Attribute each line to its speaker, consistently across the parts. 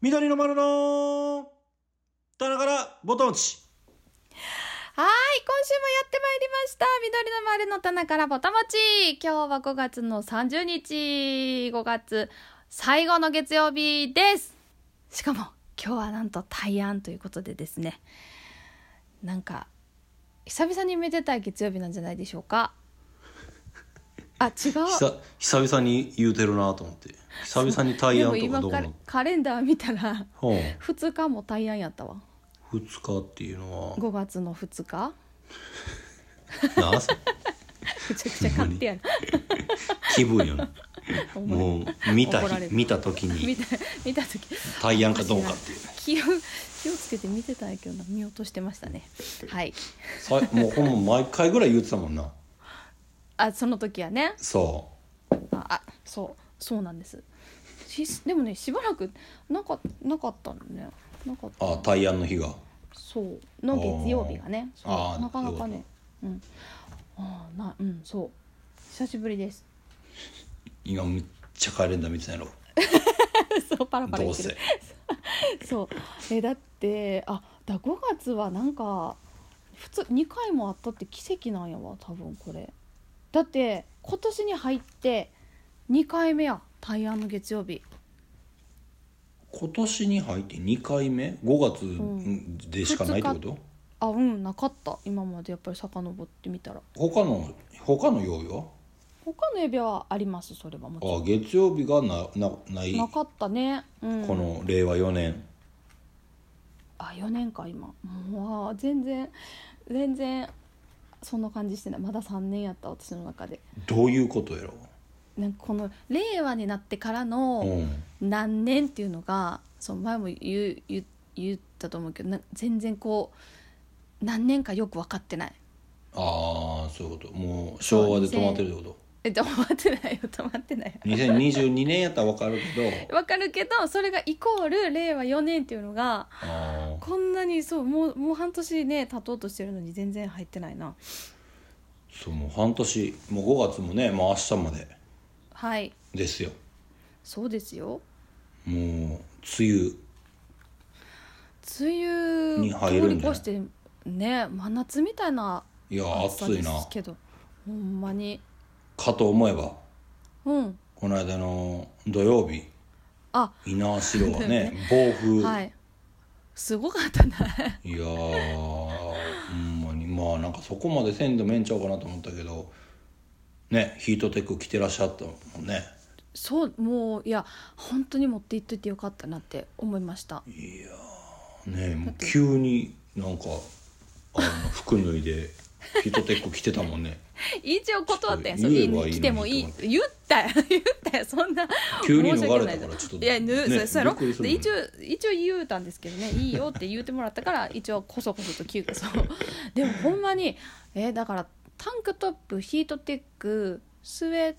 Speaker 1: 緑の丸の棚からボトンチ
Speaker 2: はーい、今週もやってまいりました。緑の丸の棚からぼたもち。今日は5月の30日、5月最後の月曜日です。しかも、今日はなんと大安ということでですね。なんか、久々にめでたい月曜日なんじゃないでしょうか。あ、違う。
Speaker 1: 久久々に言うてるなと思って久々に大安
Speaker 2: で
Speaker 1: と
Speaker 2: も
Speaker 1: かど
Speaker 2: 今
Speaker 1: うな
Speaker 2: か
Speaker 1: の
Speaker 2: カレンダー見たら、
Speaker 1: ほう
Speaker 2: 2日も大安やったわ。
Speaker 1: 2日っていうのは
Speaker 2: 5月の2日。
Speaker 1: なあそ
Speaker 2: めちゃくちゃ勝手やな。
Speaker 1: 気分よね
Speaker 2: ほんまに
Speaker 1: もう見た
Speaker 2: 怒られ
Speaker 1: 日
Speaker 2: る
Speaker 1: 見た時
Speaker 2: 見
Speaker 1: に
Speaker 2: た見た時
Speaker 1: 大安かどうかっていう
Speaker 2: 気を気をつけて見てたんやけどな見落としてましたねはい
Speaker 1: さもうほんま毎回ぐらい言ってたもんな
Speaker 2: あその時はね
Speaker 1: そ
Speaker 2: ああそうそうなんですしでもねしばらくなかなかったのねなかっ
Speaker 1: う
Speaker 2: た
Speaker 1: あ大安の日が
Speaker 2: そうの月曜日がねそう
Speaker 1: あー
Speaker 2: なかなか
Speaker 1: な
Speaker 2: ねうんあーなうんそう久しぶりです
Speaker 1: 今むっちゃカレンダー見てないの
Speaker 2: そうパラパラ
Speaker 1: どう
Speaker 2: 言ってる
Speaker 1: せ
Speaker 2: そうえだってあだ5月はなんか普通2回もあったって奇跡なんやわ多分これだって今年に入って2回目や大安の月曜日
Speaker 1: 今年に入って2回目5
Speaker 2: ん
Speaker 1: 月でしかないってこと、
Speaker 2: あうんなかった今までやっぱり遡ってみたら
Speaker 1: 他の他の曜日は
Speaker 2: 他の指輪はありますそれはもち
Speaker 1: あ月曜日がななない
Speaker 2: ろんなかったね、うん、
Speaker 1: この令和4年
Speaker 2: あ4年か今もうあー全然全然そんな感じしてないまだ3年やった私の中で
Speaker 1: どういうことやろ
Speaker 2: なんかこの令和になってからの、
Speaker 1: うん
Speaker 2: 何年っていうのがその前も言う言う言ったと思うけどな全然こう何年かよく分かってない
Speaker 1: ああそういうこともう昭和で止まってるってこ
Speaker 2: え止まってないよ止まってない
Speaker 1: と2022年やったら分かるけど
Speaker 2: 分かるけどそれがイコール令和4年っていうのが
Speaker 1: あー
Speaker 2: こんなにそうもうもう半年ね経とうとしてるのに全然入ってないな
Speaker 1: そうもう半年もう5月もねもう明日まで
Speaker 2: はい
Speaker 1: ですよ
Speaker 2: そうですよ
Speaker 1: もう梅雨
Speaker 2: 梅雨
Speaker 1: に入るんじゃない
Speaker 2: 通り越してね真夏みたいない
Speaker 1: や
Speaker 2: 暑さ
Speaker 1: 暑い
Speaker 2: で
Speaker 1: な
Speaker 2: すけどほんまに
Speaker 1: かと思えば
Speaker 2: うん
Speaker 1: この間の土曜日
Speaker 2: あ
Speaker 1: 猪苗代はね暴風、
Speaker 2: はいすごかったない
Speaker 1: やーほんまにまあなんかそこまでせんでもええんちゃうかなと思ったけどねヒートテック着てらっしゃったもんね
Speaker 2: そうもういや本当に持って行っといてよかったなって思いました
Speaker 1: ねもう急になんかあの服脱いでヒートテック着てたもんね
Speaker 2: 一応断ったやん
Speaker 1: ちょ
Speaker 2: そ
Speaker 1: っ
Speaker 2: う
Speaker 1: と
Speaker 2: い
Speaker 1: 言えばいいのに
Speaker 2: い来てもいい
Speaker 1: と思って
Speaker 2: 言ったよ言ったよそんな
Speaker 1: 急に
Speaker 2: 申し訳ない
Speaker 1: 逃れたからちょっと
Speaker 2: いやぬ、
Speaker 1: ね
Speaker 2: そそうや
Speaker 1: びっくり
Speaker 2: ろ
Speaker 1: するも
Speaker 2: で
Speaker 1: ん
Speaker 2: 一応一応言うたんですけどねいいよって言うてもらったから一応こそこそと急遽そうでもほんまにえーだからタンクトップヒートテックスウェッ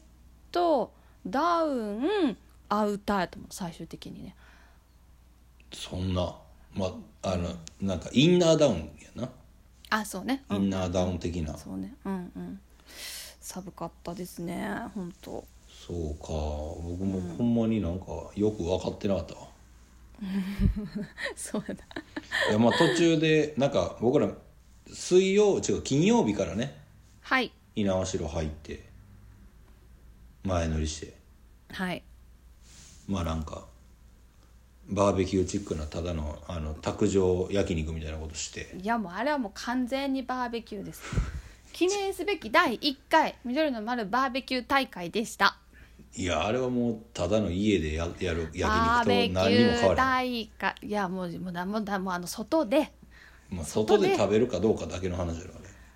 Speaker 2: トダウンアウターやと思う最終的にね
Speaker 1: そんなまああのなんかインナーダウンや
Speaker 2: あそうね、う
Speaker 1: なイ
Speaker 2: ん
Speaker 1: ンナーダウン的な
Speaker 2: そうねうんうん寒かったですね本当
Speaker 1: そうか僕もほんまになんかよく分かってなかったわ
Speaker 2: そうやない
Speaker 1: やまあ途中でなんか僕ら水曜違う金曜日からね
Speaker 2: はい
Speaker 1: 猪苗代入って前乗りして
Speaker 2: はい
Speaker 1: まあなんかバーベキューチックなただのあの卓上焼肉みたいなことして
Speaker 2: いやもうあれはもう完全にバーベキューです記念すべき第1回緑の丸バーベキュー大会でした
Speaker 1: いやあれはもうただの家でややる焼
Speaker 2: バー
Speaker 1: 肉
Speaker 2: ベキ
Speaker 1: と何にも
Speaker 2: ュ
Speaker 1: 変わ
Speaker 2: ー
Speaker 1: らない、
Speaker 2: 大会いやもうもうだもうだもうあの外で
Speaker 1: まあ、外で
Speaker 2: 外で
Speaker 1: 食べるかどうかだけの話だか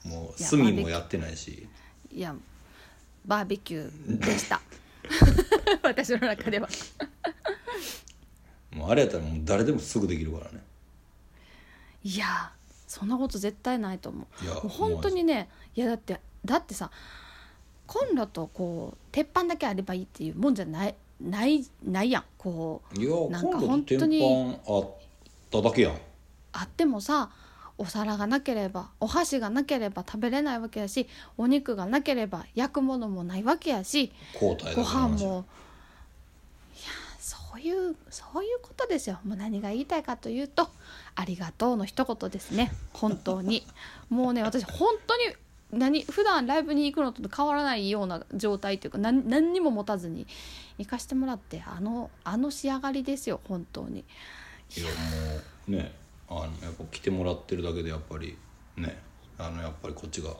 Speaker 1: らもう
Speaker 2: いや
Speaker 1: 炭もやってないし
Speaker 2: いやバーベキューでした私の中では
Speaker 1: もうあれやったらもう誰でもすぐできるからね
Speaker 2: いやそんなこと絶対ないと思う
Speaker 1: いや
Speaker 2: もう本当にねいやだってだってさコンロとこう鉄板だけあればいいっていうもんじゃないないないやんこう
Speaker 1: いや
Speaker 2: なんか
Speaker 1: 今度
Speaker 2: 本
Speaker 1: 天
Speaker 2: 当に
Speaker 1: 板あっただけやん
Speaker 2: あってもさお皿がなければお箸がなければ食べれないわけやしお肉がなければ焼くものもないわけやし
Speaker 1: 交代だけ
Speaker 2: ご
Speaker 1: の
Speaker 2: 飯
Speaker 1: 話
Speaker 2: もいやそういいうそういうことですよもう何が言いたいかというと「ありがとう」の一言ですね本当にもうね私本当に何普段ライブに行くのと変わらないような状態というか何何にも持たずに行かしてもらってあのあの仕上がりですよ本当に
Speaker 1: いやもうねあのやっぱ来てもらってるだけでやっぱりねあのやっぱりこっちが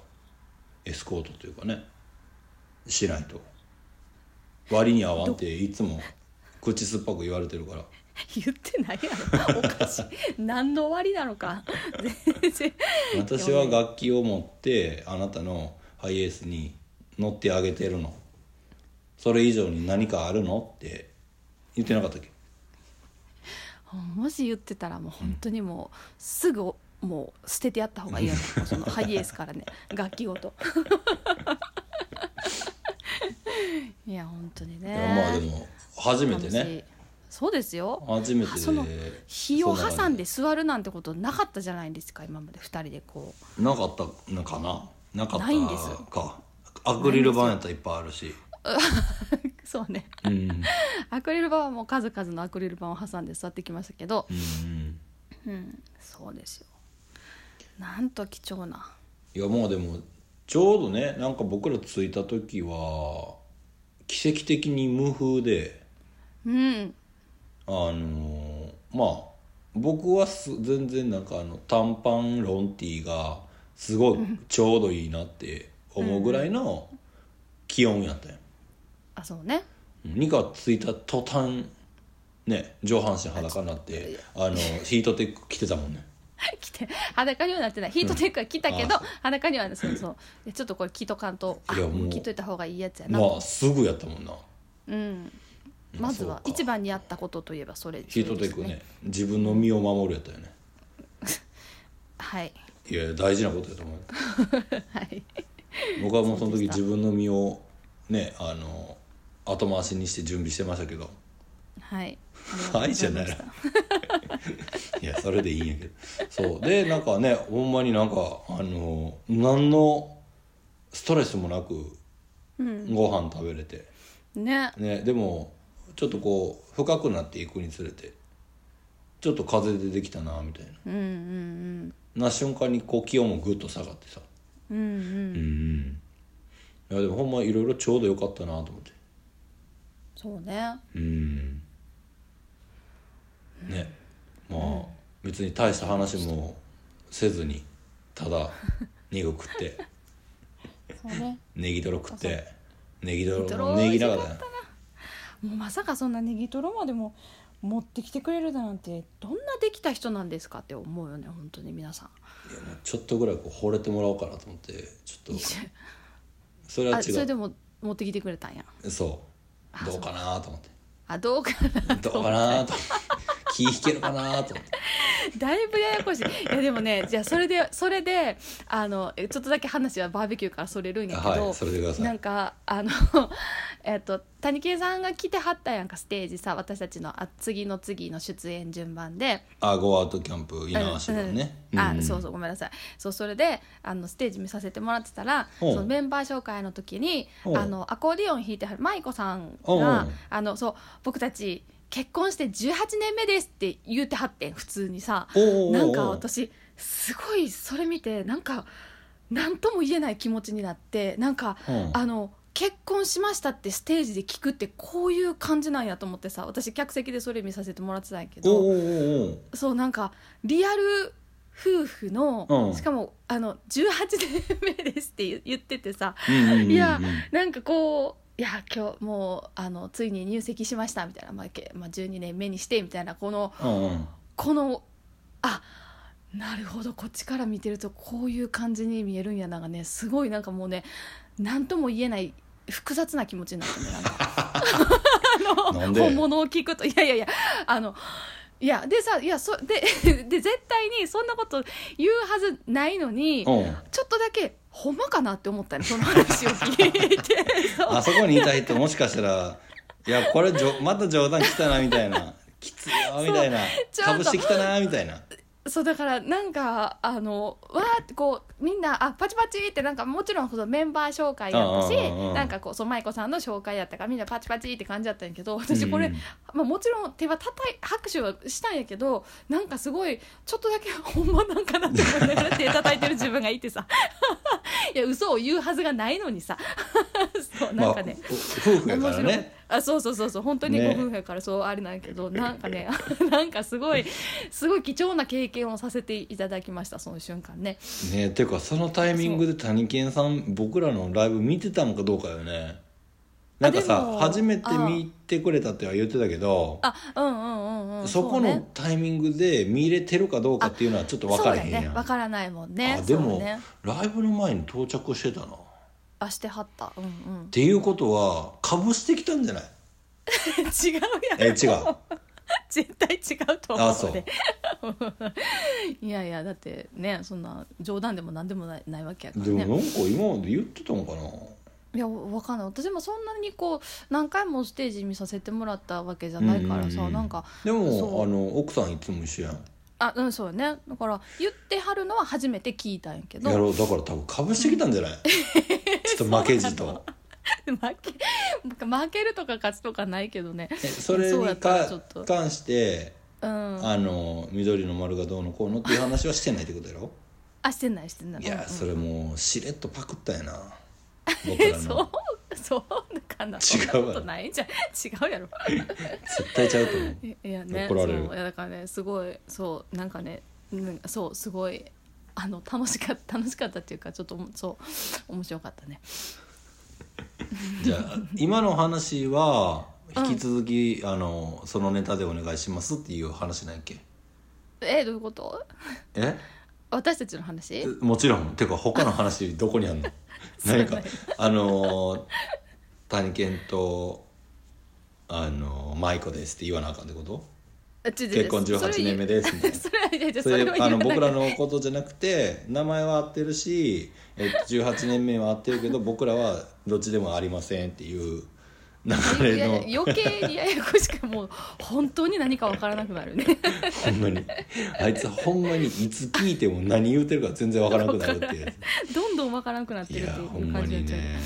Speaker 1: エスコートというかねしないと割に合わんっていつも口酸っぱく言われてるから
Speaker 2: 言ってないやろおかしい何の終わりなのか全然
Speaker 1: 私は楽器を持ってあなたのハイエースに乗ってあげてるのそれ以上に何かあるのって言ってなかったっけ
Speaker 2: もし言ってたらもう本当にもうすぐおもう捨ててやった方がいいやろそのハイエースからね楽器 ごといや本当に
Speaker 1: い
Speaker 2: ね
Speaker 1: やまあでも初めて
Speaker 2: 楽しい
Speaker 1: ね
Speaker 2: そうですよ
Speaker 1: 初めて
Speaker 2: その日を挟ん
Speaker 1: で
Speaker 2: で座るなんてことなかったじゃないですか今まで2人でこう
Speaker 1: なかったのかななかった
Speaker 2: ないんです
Speaker 1: かアクリル板やったらいっぱいあるし、
Speaker 2: そう ね
Speaker 1: うん、うん
Speaker 2: アクリル板はもう数々のアクリル板を挟んで座ってきましたけど
Speaker 1: うん
Speaker 2: うんそうですよなんと貴重ない
Speaker 1: やもうでもちょうどねなんか僕ら着いた時は奇跡的に無風で
Speaker 2: うん
Speaker 1: あのーまあ僕はす全然なんかあの短パンロンティーがすごいちょうどいいなって思うぐらいの気温やったんよ
Speaker 2: あそうね
Speaker 1: ニカ着いた途端ね上半身裸になってあのヒートテック着てたもんね
Speaker 2: 来て裸にはなってないヒートテックは来たけど、
Speaker 1: あ
Speaker 2: 裸にはなそうそうでちょっとこれ着とかんとあ
Speaker 1: いやもう
Speaker 2: 着といた方がいいやつやな、
Speaker 1: まあすぐやったもんな
Speaker 2: うんまず
Speaker 1: そ
Speaker 2: は
Speaker 1: うか
Speaker 2: 一番にやったことといえばそれ
Speaker 1: ヒートテックね自分の身を守るやったよね
Speaker 2: はい
Speaker 1: いや大事なことやと思うよ
Speaker 2: はい
Speaker 1: 僕はもうその時
Speaker 2: そうでした
Speaker 1: 自分の身をねあの後回しにして準備してましたけど
Speaker 2: はい
Speaker 1: はいじゃない
Speaker 2: ありがとうござま
Speaker 1: いやそれでいいんやけどそうでなんかねほんまになんかあの何のストレスもなくご飯食べれて、
Speaker 2: したね
Speaker 1: ねでもちょっとこう深くなっていくにつれてちょっと風邪出てきたなみたいな
Speaker 2: うんうん
Speaker 1: な瞬間にこう気温もぐっと下がってさ
Speaker 2: うんうんうん
Speaker 1: うんいやでもほんまいろいろちょうどよかったなと思って
Speaker 2: そうね
Speaker 1: うんねまあ、別に大した話もせずにた だ肉食って
Speaker 2: そうね
Speaker 1: ネギ泥食ってネギ泥
Speaker 2: ネギ
Speaker 1: も
Speaker 2: 泥
Speaker 1: うネギなかったね
Speaker 2: もうまさかそんなネギトロまでも持ってきてくれるだなんてどんなできた人なんですかって思うよね本当に皆さん
Speaker 1: いやもうちょっとぐらいこう惚れてもらおうかなと思ってちょっとそれは
Speaker 2: あ
Speaker 1: 違
Speaker 2: それで
Speaker 1: う
Speaker 2: も持ってきてくれたんや
Speaker 1: そうどうかなと思って
Speaker 2: あどうかな
Speaker 1: どうかなと思って気引けるかなと思って
Speaker 2: だいぶややこしいいやでもねじゃあそれでそれであのえちょっとだけ話はバーベキューからそれるんやけど、
Speaker 1: はいそれでくださ
Speaker 2: ないんかあの えっと谷圭さんが来てはったやんかステージさ私たちのあ次の次の出演順番で、
Speaker 1: あゴーアウトキャンプ稲橋のね、
Speaker 2: うんうん
Speaker 1: ん
Speaker 2: あそうそうごめんなさいそうそれであのステージ見させてもらってたら
Speaker 1: ほう
Speaker 2: そのメンバー紹介の時に
Speaker 1: ほう
Speaker 2: あのアコーディオン弾いてはる舞子さん
Speaker 1: おうお
Speaker 2: が
Speaker 1: う
Speaker 2: あのそう僕たち結婚して18年目ですって言うてはってん普通にさ
Speaker 1: おうおうおう
Speaker 2: なんか私すごいそれ見てなんか何とも言えない気持ちになってなんか、
Speaker 1: うん
Speaker 2: あの結婚しましたってステージで聞くってこういう感じなんやと思ってさ私客席でそれ見させてもらってたんやけど
Speaker 1: おうおうおうおう
Speaker 2: そうなんかリアル夫婦の、
Speaker 1: うん
Speaker 2: しかもあの18年目ですって言言っててさ
Speaker 1: うんうんうんうん
Speaker 2: いやなんかこういや今日もうあのついに入籍しましたみたいな、まあけまあ、12年目にしてみたいなこの
Speaker 1: うんうん
Speaker 2: このあなるほどこっちから見てるとこういう感じに見えるんやなんかねすごいなんかもうね何とも言えない複雑な気持ちになって ねなんかあの
Speaker 1: なんで
Speaker 2: 本物を聞くといやいやいやあのいやでさいやそで で絶対にそんなこと言うはずないのに
Speaker 1: うん
Speaker 2: ちょっとだけほんまかなって思ったねその話を聞いてそう
Speaker 1: あそこにいた人もしかしたらいやこれじょまた冗談来たなみたいなきついなみたいな
Speaker 2: そうちょっと
Speaker 1: かぶしてきたなみたいな
Speaker 2: そうだからなんかあのわーってこうみんなあパチパチってなんかもちろんそのメンバー紹介やったし
Speaker 1: あーあーあー
Speaker 2: なんかこうそう舞子さんの紹介やったからみんなパチパチって感じだったんやけど私これ、
Speaker 1: うん
Speaker 2: まあ、もちろん手はたたい拍手はしたんやけどなんかすごいちょっとだけほんまなんかなって思いながら手叩いてる自分がいてさ いや嘘を言うはずがないのにさ そうなんかね、
Speaker 1: まあ、夫婦やから
Speaker 2: 面白い
Speaker 1: ね
Speaker 2: あそうそうそうそう本当にご
Speaker 1: ね
Speaker 2: 夫婦やからそうあれなんやけど、なんかね なんかすごいすごい貴重な経験をさせていただきましたその瞬間ね
Speaker 1: ねていうかそのタイミングで谷健さん僕らのライブ見てたのかどうかよねなんか
Speaker 2: で
Speaker 1: さ
Speaker 2: も
Speaker 1: 初めて見てくれたっては言ってたけど
Speaker 2: あうんうんうんうん
Speaker 1: そこのタイミングで見入れてるかどうかっていうのはちょっと分からへんや
Speaker 2: そうだね
Speaker 1: ん
Speaker 2: 分からないもんね
Speaker 1: あでも、
Speaker 2: そうね、
Speaker 1: ライブの前に到着してたなっ
Speaker 2: あしてはったうんうん
Speaker 1: ていうことはかぶしてきたんじゃ ない
Speaker 2: 違うやん
Speaker 1: え違う
Speaker 2: 絶対違うと思う
Speaker 1: あそう
Speaker 2: で いやいやだってねそんな冗談でも何でもないないわけやから
Speaker 1: で
Speaker 2: ね
Speaker 1: もなんか今まで言ってたのかない
Speaker 2: やわかんない私もそんなにこう何回もステージ見させてもらったわけじゃないからさ、
Speaker 1: うう
Speaker 2: なんか
Speaker 1: でも
Speaker 2: そう
Speaker 1: あの奥さんいつも一緒やん
Speaker 2: あうんそうよねだから言ってはるのは初めて聞いたんやけど
Speaker 1: やろうだから多分かぶしてきたんじゃないちょっと負けじと
Speaker 2: 負け 負けるとか勝つとかないけどね
Speaker 1: えそれ
Speaker 2: そうや
Speaker 1: に
Speaker 2: ったらちょ
Speaker 1: か
Speaker 2: っと
Speaker 1: 関して
Speaker 2: うん
Speaker 1: あの緑の丸がどうのこうのっていう話はしてないってことやろ
Speaker 2: あしてないしてない
Speaker 1: い
Speaker 2: うんう
Speaker 1: や
Speaker 2: ん
Speaker 1: それもうしれっとパクったやな僕
Speaker 2: え
Speaker 1: ら
Speaker 2: そ
Speaker 1: の
Speaker 2: う そうかなそん
Speaker 1: 違
Speaker 2: な
Speaker 1: うわ
Speaker 2: ことないんじゃん 違 うやろ
Speaker 1: 絶対ちゃうと思う
Speaker 2: いいやね
Speaker 1: 怒られる
Speaker 2: そういやだからねすごいそうなんかね、うん、そうすごいあの楽しかった楽 しかったっていうかちょっとそう面白かったね
Speaker 1: じゃ あ今の話は引き続き、あのそのネタでお願いしますっていう話なんやっけ
Speaker 2: えどういうこと
Speaker 1: え
Speaker 2: 私たちの話
Speaker 1: もちろんてか他の 話どこにあんの何かあのー谷健とあのー舞子ですって言わなあかんってこと結
Speaker 2: 結
Speaker 1: 婚18年目ですみたいな
Speaker 2: それ はいやいや
Speaker 1: そ
Speaker 2: それ
Speaker 1: れ
Speaker 2: は
Speaker 1: あの
Speaker 2: 言わな
Speaker 1: 僕
Speaker 2: い
Speaker 1: らのことじゃなくて名前は合ってるし、えっと、18年目は合ってるけど僕らはどっちでもありませんっていう流
Speaker 2: い
Speaker 1: れ
Speaker 2: や
Speaker 1: の
Speaker 2: いや余計にややこしくもう本当に何かわからなくな るね
Speaker 1: ほんまにあいつほんまにいつ聞いても何言うてるか全然わからなくなるっていうや
Speaker 2: どんどんわからなくなっ
Speaker 1: つい
Speaker 2: てるっ
Speaker 1: や
Speaker 2: てい
Speaker 1: ほん
Speaker 2: う
Speaker 1: ま
Speaker 2: 感じ
Speaker 1: に
Speaker 2: になっちゃう
Speaker 1: ね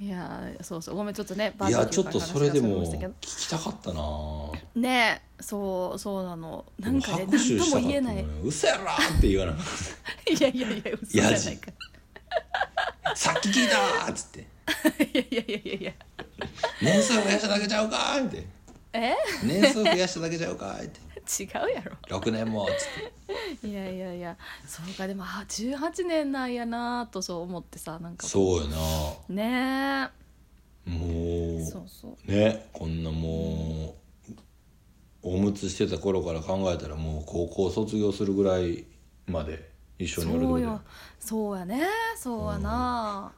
Speaker 2: いやーそうそうごめんちょっとね
Speaker 1: いや
Speaker 2: バー
Speaker 1: ち
Speaker 2: ベキ
Speaker 1: ょ
Speaker 2: ュ
Speaker 1: っ
Speaker 2: ー
Speaker 1: とそれでも
Speaker 2: から話がそれましたけど
Speaker 1: 聞きたかったな
Speaker 2: ねえそうそうなのなんかね
Speaker 1: でも
Speaker 2: 何とも言え
Speaker 1: の
Speaker 2: ない
Speaker 1: よ嘘やろって言わなかっ
Speaker 2: いやいやいや嘘じゃないか
Speaker 1: たさっき聞いたーっつって
Speaker 2: いやいやいやいやいや
Speaker 1: 年数増やしただけちゃうかーって
Speaker 2: え
Speaker 1: 年数増やしただけちゃうかーって
Speaker 2: 違うやろ
Speaker 1: 6年もっつって
Speaker 2: いやいやいやそうかでもあ18年なんやなとそう思ってさなんか
Speaker 1: そうやな
Speaker 2: ね
Speaker 1: も
Speaker 2: え
Speaker 1: う
Speaker 2: そうそう
Speaker 1: ねこんなもうおむつしてた頃から考えたらもう高校卒業するぐらいまで一緒におるって
Speaker 2: そ
Speaker 1: こ
Speaker 2: う
Speaker 1: と
Speaker 2: よそうやねそうやな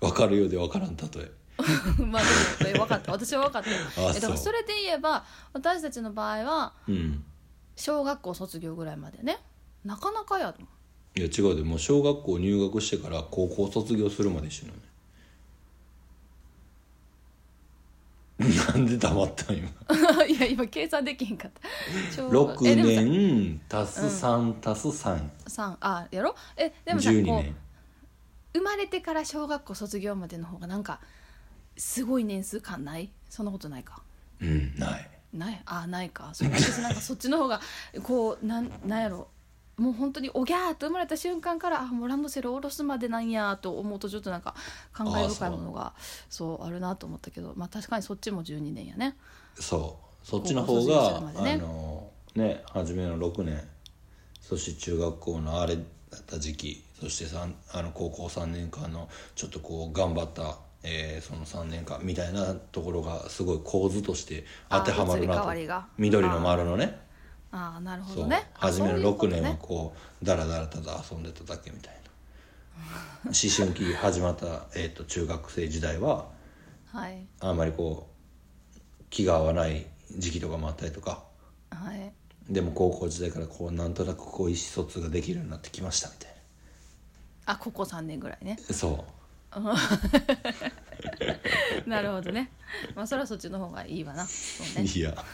Speaker 1: 分かるようで分からん例え
Speaker 2: まあでも分かった私は分かったよ
Speaker 1: あ
Speaker 2: えだから
Speaker 1: そ
Speaker 2: そうれで言えば私たちの場合は
Speaker 1: うん
Speaker 2: 小学校卒業ぐらいまでねなかなかやと
Speaker 1: いや違うでもう小学校入学してから高校卒業するまで一緒なのよ なんで黙ったん今
Speaker 2: いや今計算できへんかった小学え
Speaker 1: 6
Speaker 2: でもさ
Speaker 1: 年足す3足す3
Speaker 2: 三あやろえでもさ
Speaker 1: 12
Speaker 2: こ
Speaker 1: 年
Speaker 2: う生まれてから小学校卒業までの方がなんかすごい年数感ないそんなことないか
Speaker 1: うんない
Speaker 2: ないあないかそう私なんかそっちの方がこうなんなんやろもう本当におぎゃーっと生まれた瞬間からあもうランドセルを下ろすまでなんやと思うとちょっとなんか感慨深いものがそうあるなと思ったけどまあ確かにそっちも12年やね
Speaker 1: そうそっちの方
Speaker 2: 高校
Speaker 1: が、
Speaker 2: 卒業するまでね
Speaker 1: あのね初めの6年そして中学校のあれだった時期そしてさんあの高校3年間のちょっとこう頑張った、えーその3年間みたいなところがすごい構図として当てはまるな
Speaker 2: あ移り変わり
Speaker 1: と
Speaker 2: が
Speaker 1: 緑の丸のね
Speaker 2: ああなるほ
Speaker 1: そ
Speaker 2: ど
Speaker 1: う
Speaker 2: ねあ
Speaker 1: 初めの
Speaker 2: そういうこ
Speaker 1: 6
Speaker 2: と
Speaker 1: 年は
Speaker 2: ね
Speaker 1: こうだらだらただ遊んでただけみたいな思春期始まった、えー、と中学生時代は
Speaker 2: はい
Speaker 1: あんまりこう気が合わない時期とかもあったりとか
Speaker 2: はい
Speaker 1: でも高校時代からこうなんとなくこう意思疎通ができるようになってきましたみたい
Speaker 2: あここ3年ぐらいね
Speaker 1: なそ
Speaker 2: なるほどね。まあそれはそっちの方がいいわ な。そう
Speaker 1: う
Speaker 2: ね。
Speaker 1: いや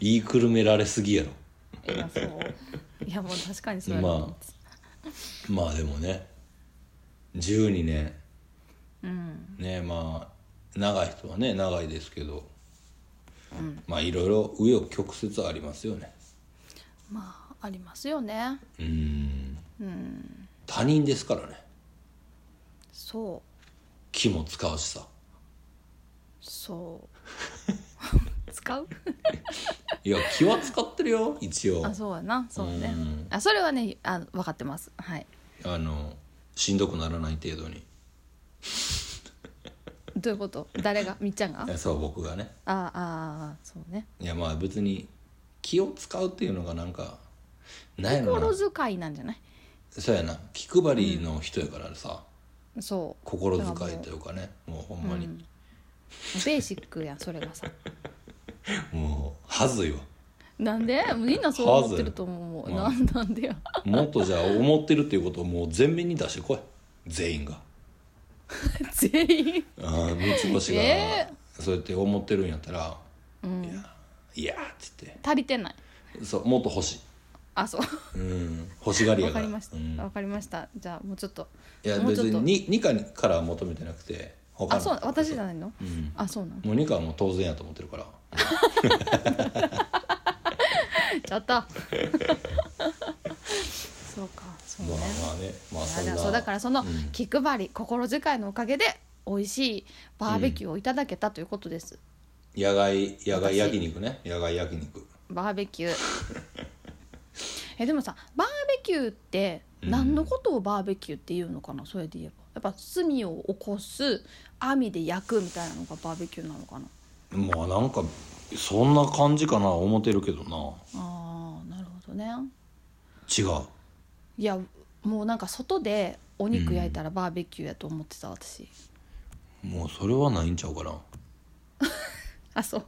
Speaker 1: 言いくるめられすぎやろ
Speaker 2: いやそういやもう確かにそうやなと思って
Speaker 1: まあでもね12年
Speaker 2: うん
Speaker 1: ねまあ長い人はね長いですけど、まあいろいろ紆余曲折ありますよね
Speaker 2: まあありますよね
Speaker 1: うん
Speaker 2: うん
Speaker 1: 他人ですからね
Speaker 2: そう
Speaker 1: 気も使うしさ
Speaker 2: そう使う
Speaker 1: いや気は使ってるよ一応
Speaker 2: あそうやなそうね
Speaker 1: うん
Speaker 2: あそれはねあ分かってますはい
Speaker 1: あのしんどくならない程度に
Speaker 2: どういうこと誰がみっちゃんがあ
Speaker 1: えそう僕がね
Speaker 2: ああそうね
Speaker 1: いやまあ別に気を使うっていうのがなんかないのな
Speaker 2: 心遣いなんじゃない
Speaker 1: そうやな気配りの人やからさ、
Speaker 2: そう
Speaker 1: 心
Speaker 2: だから
Speaker 1: 遣い
Speaker 2: もう
Speaker 1: というかねもうほんまに、
Speaker 2: ベーシックやんそれがさ
Speaker 1: もうはずいわ
Speaker 2: なんでみんなそう思ってると思うな
Speaker 1: はず
Speaker 2: んなんでや
Speaker 1: もっとじゃあ思ってるっていうことをもう全面に出してこい全員が
Speaker 2: 全員
Speaker 1: ああ三つ星が
Speaker 2: え
Speaker 1: そうやって思ってるんやったら「
Speaker 2: うん
Speaker 1: いやいや」っつって
Speaker 2: 足りてない
Speaker 1: そうもっと欲しい
Speaker 2: あそう
Speaker 1: うん欲しがりや
Speaker 2: わ
Speaker 1: か
Speaker 2: からりました
Speaker 1: うん
Speaker 2: わかりましたじゃあもうちょっと
Speaker 1: いや
Speaker 2: もう
Speaker 1: 別
Speaker 2: ちょっと
Speaker 1: に二課からは求めてなくて他
Speaker 2: あ
Speaker 1: の
Speaker 2: そう私じゃないの
Speaker 1: うん
Speaker 2: あそうなの
Speaker 1: もう二課はもう当然やと思ってるから
Speaker 2: ちょっと そうかそう
Speaker 1: ま
Speaker 2: ね
Speaker 1: あまあねまあそ
Speaker 2: い
Speaker 1: ん
Speaker 2: や
Speaker 1: な
Speaker 2: だそうだからその
Speaker 1: うん
Speaker 2: 気配り、心遣いのおかげで美味しいバーベキューをいただけたということです、
Speaker 1: 野外野外焼肉ね野外焼肉
Speaker 2: バーベキュー えでもさバーベキューって何のことをバーベキューっていうのかな、それで言えばやっぱ炭を起こす網で焼くみたいなのがバーベキューなのかな
Speaker 1: まあなんかそんな感じかな思ってるけどな
Speaker 2: あーなるほどね
Speaker 1: 違う
Speaker 2: いやもうなんか外でお肉焼いたらバーベキューやと思ってた私、
Speaker 1: もうそれはないんちゃうかな
Speaker 2: あそう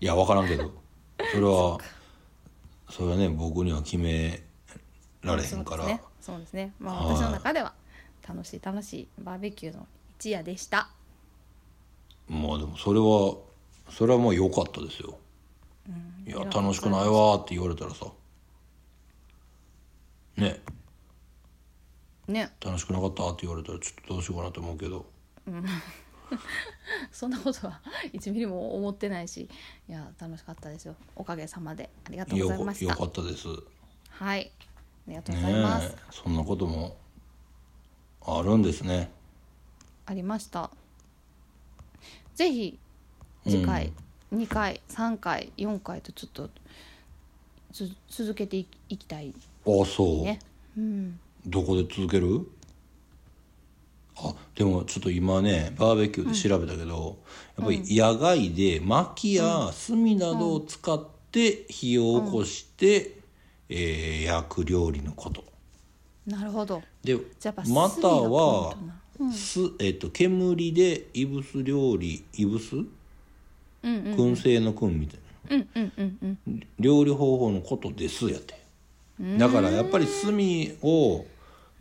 Speaker 1: いや分からんけど それはそれはね僕には決められへんから、
Speaker 2: そうですねそうですねまあ
Speaker 1: はい
Speaker 2: 私の中では楽しい楽しいバーベキューの一夜でした
Speaker 1: まあでもそれはそれはもう良かったですよ、いや楽しくないわーって言われたらさね
Speaker 2: ね
Speaker 1: 楽しくなかったって言われたらちょっとどうしようかなと思うけど
Speaker 2: そんなことは1ミリも思ってないしいや楽しかったですよおかげさまでありがとうご
Speaker 1: よ
Speaker 2: ざいま
Speaker 1: こ
Speaker 2: し
Speaker 1: よ
Speaker 2: た
Speaker 1: かったです
Speaker 2: はいありがとうございます、
Speaker 1: ねえそんなこともあるんですね
Speaker 2: ありましたぜひ次回、2回3回4回とちょっとつ続けていいきたい
Speaker 1: あそう、
Speaker 2: ねうん
Speaker 1: どこで続けるあでもちょっと今ねバーベキューで調べたけど、やっぱり野外で薪や炭などを使って火を起こして、えー焼く料理のこと
Speaker 2: なるほど
Speaker 1: で
Speaker 2: じゃあやっぱ
Speaker 1: または
Speaker 2: 炭がポイントな、
Speaker 1: すえっと煙でいぶす料理いぶす
Speaker 2: うんうん
Speaker 1: 燻製の燻みたいな。
Speaker 2: うんうんうんうん
Speaker 1: 料理方法のことですやってだからやっぱり炭を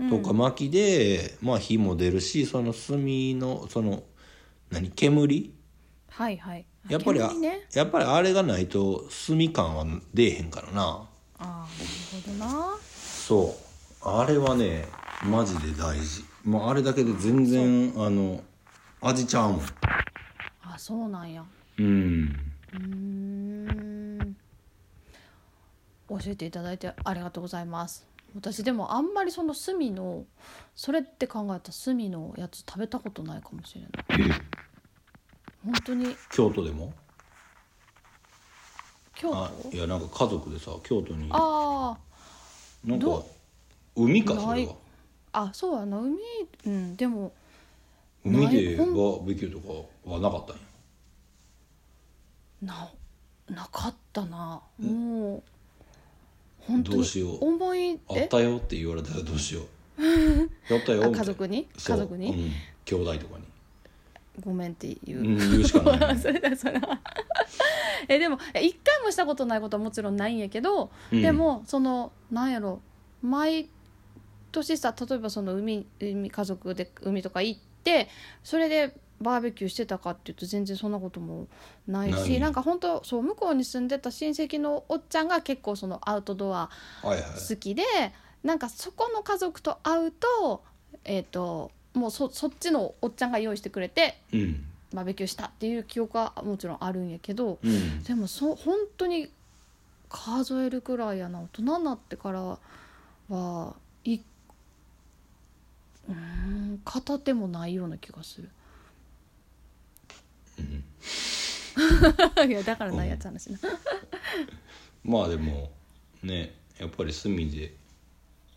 Speaker 1: とか薪で、まあ火も出るしその炭のその何煙
Speaker 2: はいはい
Speaker 1: やっぱりあ、
Speaker 2: 煙ね
Speaker 1: やっぱりあれがないと炭感は出えへんからな
Speaker 2: ああなるほどな
Speaker 1: そうあれはねマジで大事もうあれだけで全然あの味ちゃうもん
Speaker 2: あそうなんや
Speaker 1: うん
Speaker 2: うーん教えていただいてありがとうございます私でもあんまりその炭のそれって考えた炭のやつ食べたことないかもしれない本当に
Speaker 1: 京都でも
Speaker 2: 京都
Speaker 1: あいやなんか家族でさ京都にな
Speaker 2: あ
Speaker 1: んか
Speaker 2: ど
Speaker 1: 海かそ
Speaker 2: な
Speaker 1: れ
Speaker 2: い
Speaker 1: は。
Speaker 2: ああそうやな海うんでも
Speaker 1: 海で
Speaker 2: な
Speaker 1: バ
Speaker 2: い
Speaker 1: ーベキューとかはなかったんや
Speaker 2: ななかったなもう本当
Speaker 1: どう
Speaker 2: に
Speaker 1: しよう
Speaker 2: 思い
Speaker 1: あっ
Speaker 2: え
Speaker 1: たよって言われたらどうしよ うやったよみたい
Speaker 2: あ
Speaker 1: な
Speaker 2: 家族に
Speaker 1: そ
Speaker 2: 家
Speaker 1: う
Speaker 2: 族
Speaker 1: う
Speaker 2: に
Speaker 1: ん、兄弟とかに、
Speaker 2: ごめんっていう
Speaker 1: うん、言うしかない
Speaker 2: それだそれだえでもえ一回もしたことないことはもちろんないんやけど、
Speaker 1: うん
Speaker 2: でもそのなんやろ毎年さ例えばその海海家族で海とか行ってそれでバーベキューしてたかっていうと全然そんなこともないし
Speaker 1: ない
Speaker 2: なんか本当そう向こうに住んでた親戚のおっちゃんが結構そのアウトドア
Speaker 1: はいはい
Speaker 2: 好きでなんかそこの家族と会うとえっ、ともうそそっちのおっちゃんが用意してくれて
Speaker 1: うん
Speaker 2: バーベキューしたっていう記憶はもちろんあるんやけど
Speaker 1: うん
Speaker 2: でもそう本当に数えるくらいやな大人になってからはいうん片手もないような気がする。 いやだからないやつ話な。
Speaker 1: まあでもねやっぱり炭で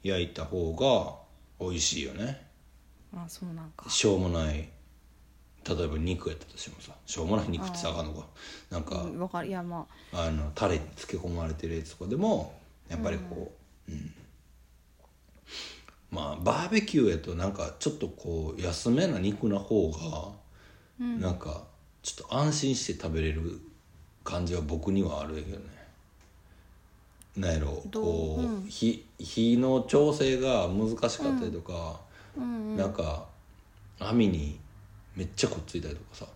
Speaker 1: 焼いた方が美味しいよね
Speaker 2: あそうなんか。
Speaker 1: しょうもない例えば肉やったとしてもさしょうもない肉ってさあかんのかなんか、
Speaker 2: うんわかるいやまあ
Speaker 1: あのタレに漬け込まれてるやつとかでもやっぱりこう、うんまあバーベキューやとなんかちょっとこう安めな肉な方が、なんかちょっと安心して食べれる感じは僕にはあるけどね。なんやろ
Speaker 2: どう
Speaker 1: こう、
Speaker 2: うん
Speaker 1: 火火の調整が難しかったりとか、
Speaker 2: うん
Speaker 1: なんか網にめっちゃこっついたりとかさ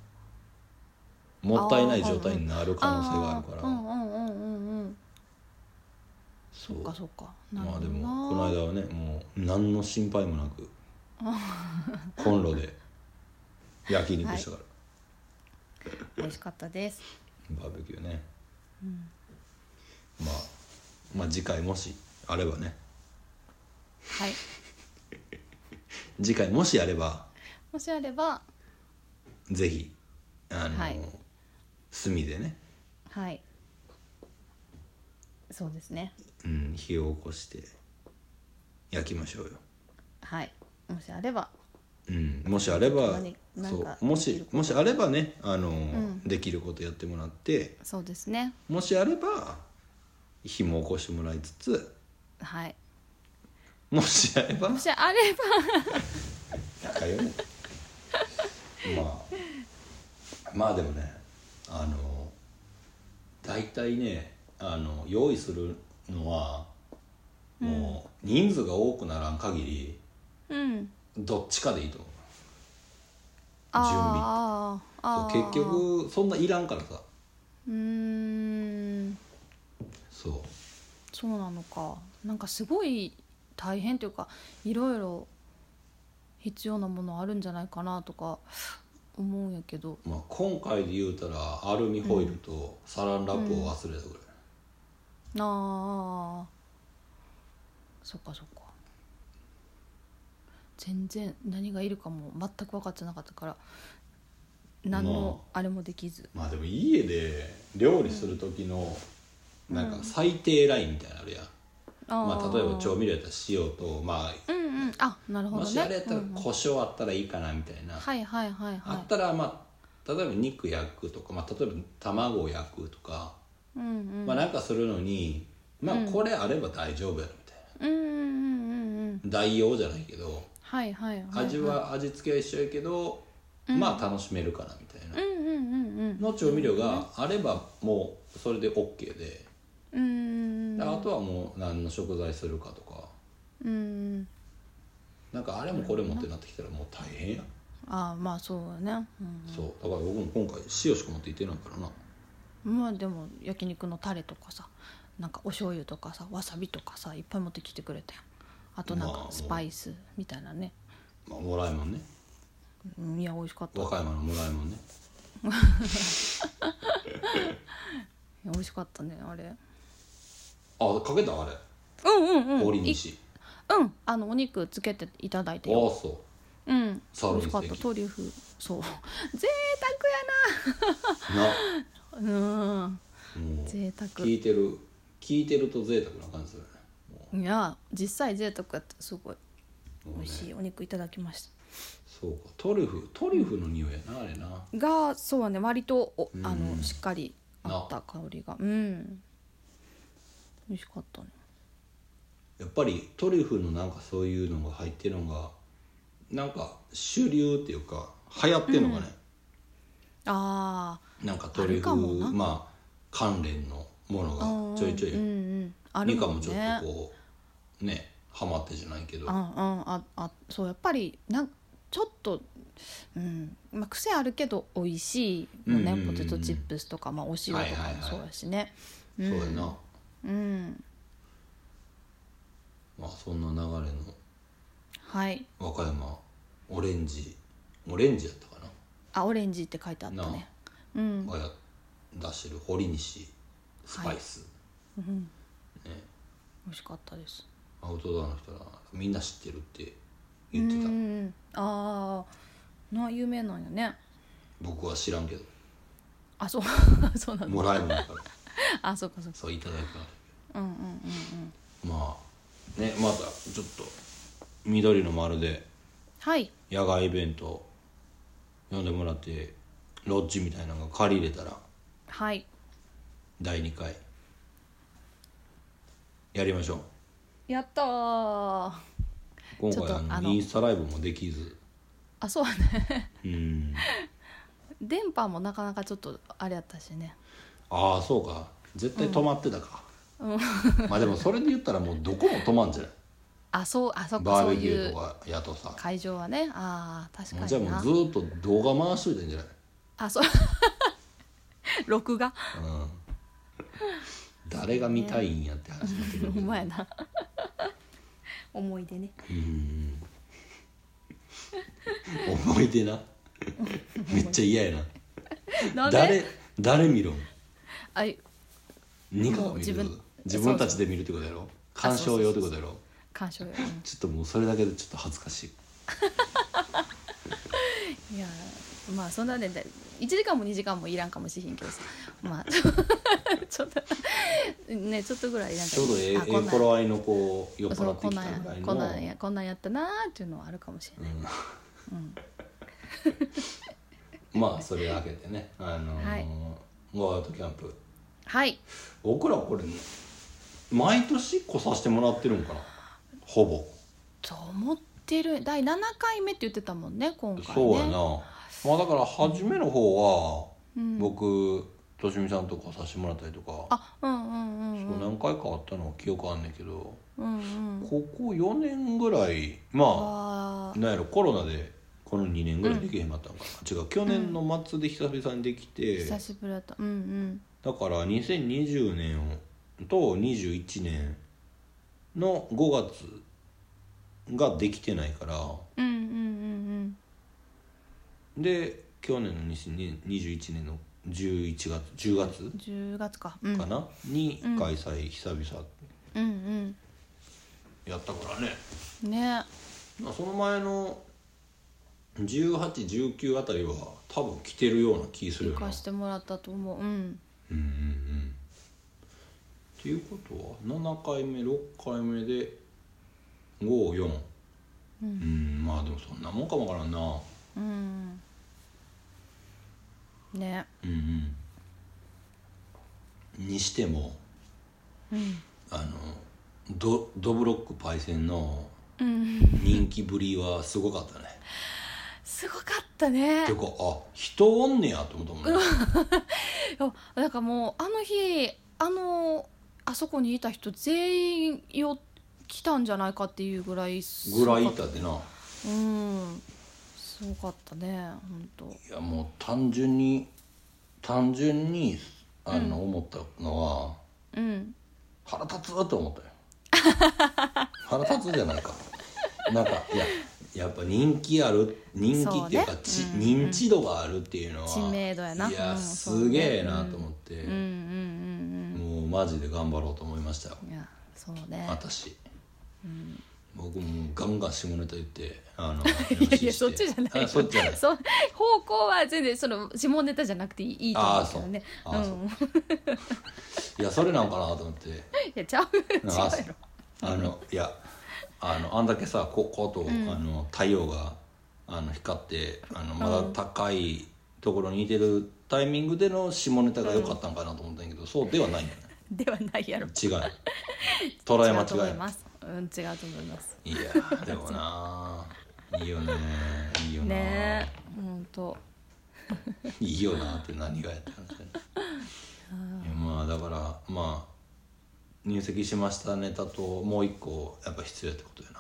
Speaker 1: もったいない状態になる可能性があるから。
Speaker 2: ーうんうんうんうんうん。
Speaker 1: そ
Speaker 2: そっかそっか。なる
Speaker 1: まあ
Speaker 2: ほ
Speaker 1: で
Speaker 2: どな。
Speaker 1: もこの間はねもう何の心配もなくコンロで焼き肉したから、
Speaker 2: 美味しかったです。
Speaker 1: バーベキューね、まあまあ次回もしあればね
Speaker 2: はい。
Speaker 1: 次回もしあれば
Speaker 2: もしあれば
Speaker 1: ぜひあの、
Speaker 2: はい
Speaker 1: 炭でね、
Speaker 2: はい。そうですね。
Speaker 1: うん、火を起こして焼きましょうよ、
Speaker 2: はい。もしあれば
Speaker 1: うん、もしあれば
Speaker 2: 何なん
Speaker 1: そ
Speaker 2: か
Speaker 1: うも
Speaker 2: できる
Speaker 1: し
Speaker 2: こと
Speaker 1: もしあればねあの、
Speaker 2: ん
Speaker 1: できることやってもらって
Speaker 2: そうですね。
Speaker 1: もしあれば火も起こしてもらいつつ
Speaker 2: はい。
Speaker 1: もしあれば
Speaker 2: もしあれば
Speaker 1: 仲 良いまあまあでもねあの大体ねあの用意するのはもう人数が多くならん限り
Speaker 2: うん。
Speaker 1: どっちかでいいと思う
Speaker 2: あーあーあ
Speaker 1: そう
Speaker 2: ー
Speaker 1: 結局そんないらんからさ
Speaker 2: うーん
Speaker 1: そ
Speaker 2: そうなのかなんかすごい大変というかいろいろ必要なものあるんじゃないかなとか思うんやけど
Speaker 1: う、まあ、今回で言うたらアルミホイルとサランラップを忘れたぐらい、
Speaker 2: ああそっかそっか全然何がいるかも全く分かってなかったから何のあれもできず、
Speaker 1: まあでも家で料理する時のなんか最低ラインみたいなのあるやん、
Speaker 2: あー、
Speaker 1: まあ、例えば調味料やったら塩と、ま
Speaker 2: うんうんあなる
Speaker 1: あ、
Speaker 2: ほど
Speaker 1: も
Speaker 2: ね
Speaker 1: しあれやったら
Speaker 2: うんうん
Speaker 1: 胡椒あったらいいかなみたいな、
Speaker 2: はいはいはい
Speaker 1: あ
Speaker 2: は
Speaker 1: っ
Speaker 2: い
Speaker 1: たらまあ例えば肉焼くとか、まあ、例えば卵を焼くとか、
Speaker 2: うんうん
Speaker 1: まあ、なんかするのにまあこれあれば大丈夫やろみたい
Speaker 2: うんうんうんうんうん
Speaker 1: な代用じゃないけど
Speaker 2: はいはいはいい
Speaker 1: 味は味付けは一緒やけど、まあ楽しめるかなみたいな
Speaker 2: う、んうんうんうん
Speaker 1: の調味料があればもうそれで OK で。
Speaker 2: うん
Speaker 1: であとはもう何の食材するかとか
Speaker 2: うん
Speaker 1: なんかあれもこれもってなってきたらもう大変やん
Speaker 2: ああまあそうだね、
Speaker 1: そうだから僕も今回塩しか持っていってないからな
Speaker 2: うん、まあでも焼肉のタレとかさなんかお醤油とかさわさびとかさいっぱい持ってきてくれたやんあとなん
Speaker 1: まあ
Speaker 2: か
Speaker 1: もう
Speaker 2: スパイスみたいなね、
Speaker 1: まあもらいもんね
Speaker 2: うんいや美味しかった
Speaker 1: 和歌山のもらいもんね
Speaker 2: いや美味しかったねあれ
Speaker 1: あかけたあれ
Speaker 2: うんうんうん
Speaker 1: 氷に
Speaker 2: い
Speaker 1: し
Speaker 2: うんあのお肉つけていただい
Speaker 1: あ
Speaker 2: て
Speaker 1: あ
Speaker 2: よ
Speaker 1: そ
Speaker 2: うん
Speaker 1: サーロイン
Speaker 2: 美味し
Speaker 1: ス
Speaker 2: か
Speaker 1: テー
Speaker 2: っ
Speaker 1: キ
Speaker 2: たトリュフそう 贅
Speaker 1: うな
Speaker 2: 沢やな
Speaker 1: も
Speaker 2: うん
Speaker 1: う
Speaker 2: 贅沢
Speaker 1: 聞いてる聞いてると贅沢な感じするねも
Speaker 2: いや実際贅沢やったすごいう美味しいお肉いただきました
Speaker 1: そうかトリュフトリュフの匂いやなあれな
Speaker 2: がそうはね割とお
Speaker 1: うん
Speaker 2: あのしっかりあった香りがうん美味しかったね
Speaker 1: やっぱりトリュフのなんかそういうのが入ってるのがなんか主流っていうか流行ってんのかね、
Speaker 2: あ
Speaker 1: なんかトリュ
Speaker 2: あるかもな
Speaker 1: フまあ関連のも
Speaker 2: ーあ
Speaker 1: のが
Speaker 2: ー
Speaker 1: ちょいちょい
Speaker 2: うんうんある
Speaker 1: ミカ
Speaker 2: も
Speaker 1: も
Speaker 2: ん
Speaker 1: ちょ
Speaker 2: ね
Speaker 1: っとこうねハマってじゃないけど
Speaker 2: うんうんああそうやっぱりなんちょっと、うんまあ、癖あるけど美味しいもんね、
Speaker 1: うんうんうんうん
Speaker 2: ポテトチップスとか、まあ、お塩とかもそうだしね、
Speaker 1: そうやな、
Speaker 2: うん、うん、
Speaker 1: まあそんな流れの
Speaker 2: はい
Speaker 1: 和歌山オレンジオレンジやったか
Speaker 2: あオレンジって書いてあったねうん
Speaker 1: な、がや出してる堀西スパイス、
Speaker 2: 美味しかったです
Speaker 1: アウトドアの人らみんな知ってるって
Speaker 2: う
Speaker 1: 言ってた、
Speaker 2: んああな有名なんよね
Speaker 1: 僕は知らんけど
Speaker 2: あそう そうなんだ
Speaker 1: もらえるんだから
Speaker 2: あそうかそうか
Speaker 1: そういただい
Speaker 2: うんうんうんうん
Speaker 1: たまあねまたちょっと緑の丸で
Speaker 2: はい
Speaker 1: 野外イベント呼んでもらってロッジみたいなのが借りれたら
Speaker 2: はい
Speaker 1: 第2回やりましょう
Speaker 2: やったー
Speaker 1: 今
Speaker 2: ちょっ
Speaker 1: 回
Speaker 2: と
Speaker 1: あの
Speaker 2: あの
Speaker 1: インスタライブもできず
Speaker 2: あそうね
Speaker 1: うん
Speaker 2: 電波もなかなかちょっとあれやったしね
Speaker 1: ああそうか絶対止まってたか、まあでもそれで言ったらもうどこも止まんじゃない
Speaker 2: あそうあそっか
Speaker 1: バ
Speaker 2: そう
Speaker 1: ーベキュー
Speaker 2: いう
Speaker 1: とかやとさ
Speaker 2: 会場はねああ確
Speaker 1: もう
Speaker 2: か
Speaker 1: じゃあ
Speaker 2: に
Speaker 1: も
Speaker 2: な
Speaker 1: うずーっと動画回しといてんじゃない
Speaker 2: あそう 録画
Speaker 1: 誰が見たいんやって話になってくる
Speaker 2: ほんまやな 思い出ね
Speaker 1: 思い出なめっちゃ嫌や
Speaker 2: な
Speaker 1: なん
Speaker 2: で
Speaker 1: 誰誰見ろん
Speaker 2: あい
Speaker 1: 二回
Speaker 2: もう
Speaker 1: 見
Speaker 2: 自分
Speaker 1: る自分たちで見るってことやろ鑑賞用ってことやろ
Speaker 2: 鑑賞よ
Speaker 1: ちょっともうそれだけでちょっと恥ずかしい
Speaker 2: うんいやまあそんなねだ1時間も2時間もいらんかもしれんけどさまあ ちょっとねちょっとぐらいなんか
Speaker 1: ちょうどええ
Speaker 2: あこんなん
Speaker 1: 頃合いのこう酔っ
Speaker 2: そ
Speaker 1: 払
Speaker 2: う
Speaker 1: って
Speaker 2: こん
Speaker 1: き
Speaker 2: な
Speaker 1: たぐらい
Speaker 2: ん
Speaker 1: の
Speaker 2: こんなんやこんなんやったなーっていうのはあるかもしれない、
Speaker 1: まあそれ開けてねあのー
Speaker 2: はい
Speaker 1: ゴーアウトキャンプ
Speaker 2: はい
Speaker 1: 僕らこれね毎年来させてもらってるんかなほぼ
Speaker 2: と思ってる第7回目って言ってたもんね今回ね
Speaker 1: そうやな、まあだから初めの方は、
Speaker 2: うん
Speaker 1: 僕としみさんとこさせてもらったりとか、
Speaker 2: あうんうんうん
Speaker 1: そう何回かあったのは記憶あんねんけど、
Speaker 2: うんうん
Speaker 1: ここ4年ぐらいま
Speaker 2: わ
Speaker 1: あなんやろコロナでこの2年ぐらいできへんかったんかな、違う去年の末で久々にできて、
Speaker 2: ー久しぶりだったうんうん
Speaker 1: だから2020年をと21年の5月ができてないから
Speaker 2: うんうんうん
Speaker 1: で去年の2021年の11月10月
Speaker 2: うん10月かうん
Speaker 1: かな、に開催久々
Speaker 2: うん
Speaker 1: やったからね、
Speaker 2: うんね
Speaker 1: まあ、その前の1819あたりは多分来てるような気する
Speaker 2: 行
Speaker 1: よな。っ
Speaker 2: かしてもらったと思ううん
Speaker 1: ていうことは7回目6回目で54う
Speaker 2: うん
Speaker 1: んまあでもそんなもんかもわからんな
Speaker 2: うんね
Speaker 1: うんうんにしても
Speaker 2: うん
Speaker 1: あのドドブロックパイセンの
Speaker 2: うん
Speaker 1: 人気ぶりはすごかったね
Speaker 2: すごかったね
Speaker 1: ていうかあ人おんねやと思ったもんね
Speaker 2: いやなんかもうあの日あのあそこにいた人全員よ来たんじゃないかっていうぐらいす
Speaker 1: ぐ
Speaker 2: ご
Speaker 1: らい
Speaker 2: か
Speaker 1: い
Speaker 2: った
Speaker 1: でな
Speaker 2: うんすごかったね本当
Speaker 1: いやもう単純に単純にあの、思ったのは
Speaker 2: うん
Speaker 1: 腹立つと思ったよ 腹立つじゃないかなんかいややっぱ人気ある人気っていうか
Speaker 2: そうね
Speaker 1: ち認知度があるっていうのは
Speaker 2: 知名度やな
Speaker 1: いうや
Speaker 2: んそうね
Speaker 1: すげえなと思って、
Speaker 2: うんうんうん
Speaker 1: もうマジで頑張ろうと思いましたよ
Speaker 2: うんいやそうね
Speaker 1: 私、僕もガンガン下ネタ言ってあの
Speaker 2: いやいやそっちじゃない
Speaker 1: あそっちじゃない
Speaker 2: そう方向は全然その下ネタじゃなくていいいいと思うけどね
Speaker 1: あーそうあー
Speaker 2: ん、い
Speaker 1: いやそれなんかなと思って
Speaker 2: やちゃう違う
Speaker 1: あ
Speaker 2: やろ
Speaker 1: あのいやあのあんだけさここと、あの太陽があの光ってあのまだ高いところにいてるタイミングでの下ネタが良かったんかなと思ったんやけど、そうではないんだね
Speaker 2: ではないやろ
Speaker 1: 違 う捉え間
Speaker 2: 違うと思
Speaker 1: 違
Speaker 2: い
Speaker 1: い
Speaker 2: ますうん違うと思います
Speaker 1: いやーでもなーいいよねーいいよなー、
Speaker 2: ねえほんと
Speaker 1: いいよなーって何がやって話だねいやまあだからまあ入 籍しましたネタともう一個やっぱ必要やってことや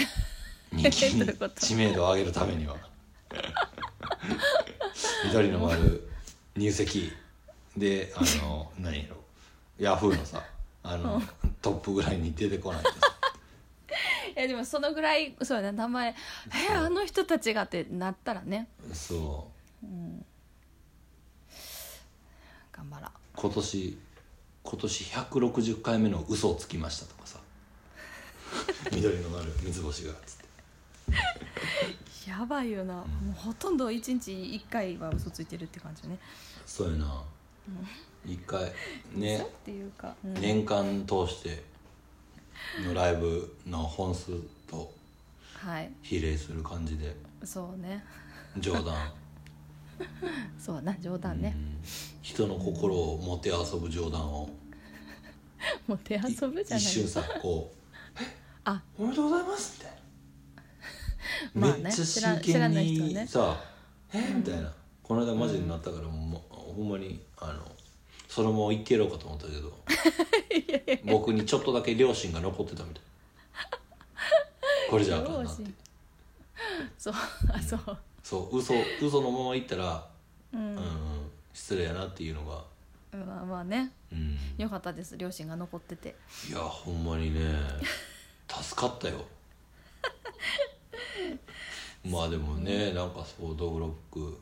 Speaker 1: なに
Speaker 2: どういうこと
Speaker 1: 知名度を上げるためには緑の丸入籍であの何やろヤフーのさあのトップぐらいに出てこないとさ
Speaker 2: いやでもそのぐらいそうやな名前えあの人たちがってなったらね
Speaker 1: そう
Speaker 2: 頑張らん
Speaker 1: 今年今年160回目の嘘をつきましたとかさ緑の丸三つ星がつって
Speaker 2: やばいよな、もうほとんど一日一回は嘘ついてるって感じね
Speaker 1: そうやな一回ね
Speaker 2: 嘘っていうか、うん
Speaker 1: 年間通してのライブの本数と
Speaker 2: はい
Speaker 1: 比例する感じで
Speaker 2: そうね
Speaker 1: 冗談
Speaker 2: そうやな冗談
Speaker 1: う
Speaker 2: ね、
Speaker 1: ん人の心をもてあそぶ冗談を
Speaker 2: もう手遊
Speaker 1: い
Speaker 2: ぶじゃ
Speaker 1: 一
Speaker 2: ない
Speaker 1: 瞬さこう
Speaker 2: あ
Speaker 1: 「おめでとうございます」みたいな。
Speaker 2: まあね
Speaker 1: めっちゃ
Speaker 2: 知ら
Speaker 1: 真
Speaker 2: 知ら
Speaker 1: 剣
Speaker 2: ない人は
Speaker 1: に
Speaker 2: ね
Speaker 1: さ「えみたいなこの間マジになったから、もうほんまにあのそのまま行ってやろうかと思ったけ ど僕にちょっとだけ両親が残ってたみたい これじゃあかんなって
Speaker 2: 両親そうあそう
Speaker 1: そう嘘嘘のまま行ったら、
Speaker 2: う
Speaker 1: うん
Speaker 2: ん、
Speaker 1: 失礼やなっていうのが、
Speaker 2: まあまあね
Speaker 1: うん、
Speaker 2: よかったです両親が残ってて
Speaker 1: いやほんまに ね助かった よまあでもねなんかそうドグロック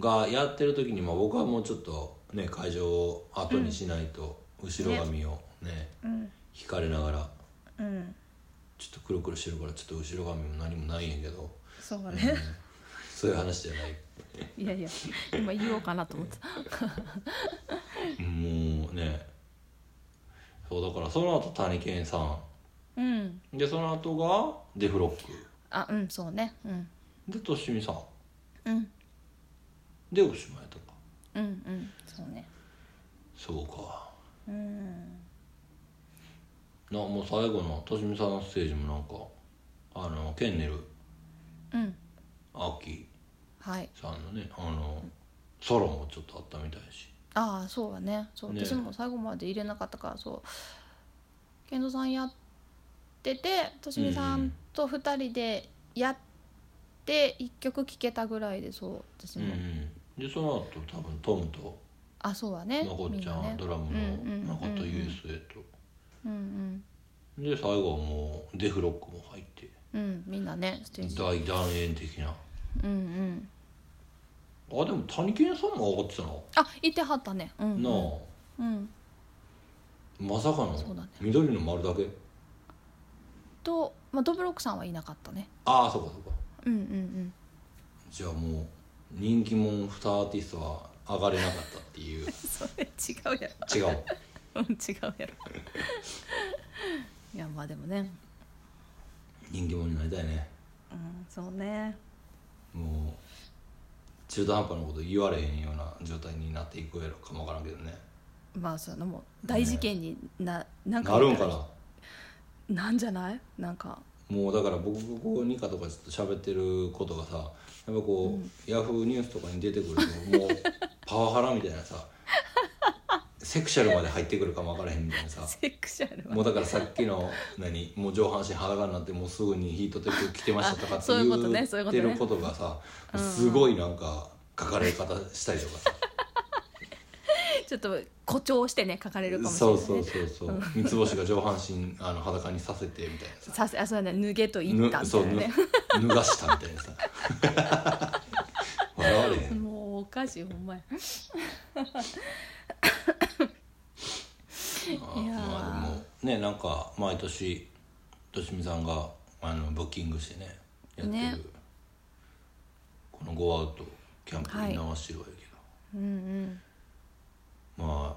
Speaker 1: がやってる時に、まあ、僕はもうちょっとね会場を後にしないと、後ろ髪をね
Speaker 2: うん
Speaker 1: 引かれながら
Speaker 2: うん
Speaker 1: ちょっとくるくるしてるからちょっと後ろ髪も何もないんやけど、
Speaker 2: そうだ
Speaker 1: うん
Speaker 2: ね、
Speaker 1: そういう話じゃない
Speaker 2: いやいや今言おうかなと思ってた
Speaker 1: もうねそうだからその後谷健さ
Speaker 2: うん
Speaker 1: んでその後がデフロック
Speaker 2: あうんそうねうん
Speaker 1: でとしみさん
Speaker 2: うん
Speaker 1: でおしまいとか
Speaker 2: うんうんそうね
Speaker 1: そうか
Speaker 2: うん
Speaker 1: なもう最後のとしみさんのステージもなんかあのケンネル
Speaker 2: うん
Speaker 1: アキ
Speaker 2: はい
Speaker 1: さんのねあのソロもちょっとあったみたいし
Speaker 2: ああそうだねそう
Speaker 1: ね
Speaker 2: 私も最後まで入れなかったからそう健三さんやっててとしみさんと2人でやって1曲聴けたぐらいでそう私
Speaker 1: うん
Speaker 2: も、
Speaker 1: うんでその後多分トムと
Speaker 2: あそうだね
Speaker 1: なこっ
Speaker 2: みん
Speaker 1: ちゃ、
Speaker 2: なんね
Speaker 1: ドラム
Speaker 2: うんうんうんうん
Speaker 1: の中田 USA と
Speaker 2: うん
Speaker 1: で最後はもうデフロックも入って
Speaker 2: うんうんみんなねステージ
Speaker 1: 大団円的な
Speaker 2: うんうん
Speaker 1: あでも谷健さんも上がってたな、
Speaker 2: あいてはったねうんうん
Speaker 1: な
Speaker 2: うん
Speaker 1: あまさかの、
Speaker 2: そうだね
Speaker 1: 緑の丸だけ
Speaker 2: と、まあ、ドブロックさんはいなかったね
Speaker 1: ああそうかそうか
Speaker 2: うんうんうん
Speaker 1: じゃあもう人気者2アーティストは上がれなかったっていう
Speaker 2: それ違うや
Speaker 1: 違う
Speaker 2: ろうん違うやろ いやまあでもね
Speaker 1: 人気者になりたいね
Speaker 2: うんそうね
Speaker 1: もう中途半端なこと言われへんような状態になっていくやろかもわからんけどね
Speaker 2: まあそのもう大事件にな,、なんか
Speaker 1: なるんかな
Speaker 2: なんじゃないなんか
Speaker 1: もうだから僕がこうニカとかちょっと喋ってることがさやっぱこう、ヤフーニュースとかに出てくるともうパワハラみたいな さセクシャルまで入ってくるかもわからへんみたいなさ
Speaker 2: セクシャルは
Speaker 1: もうだからさっきの何もう上半身裸になってもうすぐにヒートテック着てましたとか
Speaker 2: あ
Speaker 1: って
Speaker 2: そういうことね
Speaker 1: 言
Speaker 2: そういう
Speaker 1: っ
Speaker 2: こと
Speaker 1: て
Speaker 2: ね
Speaker 1: ることがさすごいなんか書かれ方したりとか さ
Speaker 2: ちょっと誇張してね書かれるかもしれな
Speaker 1: そ
Speaker 2: いうね
Speaker 1: そうそうそう三つ星が上半身あの裸にさせてみたいなさ
Speaker 2: さすあそうだね脱げと言った
Speaker 1: ぬ
Speaker 2: みた
Speaker 1: そう
Speaker 2: いなね
Speaker 1: ぬ脱がしたみたいなさ 笑われへん
Speaker 2: もうおかしいほんまや
Speaker 1: あ
Speaker 2: いやー
Speaker 1: まあでもねなんか毎年としみさんがあのブッキングしてねやってる、
Speaker 2: ね
Speaker 1: このゴーアウトキャンプに直してるわやけど、
Speaker 2: うんうん
Speaker 1: ま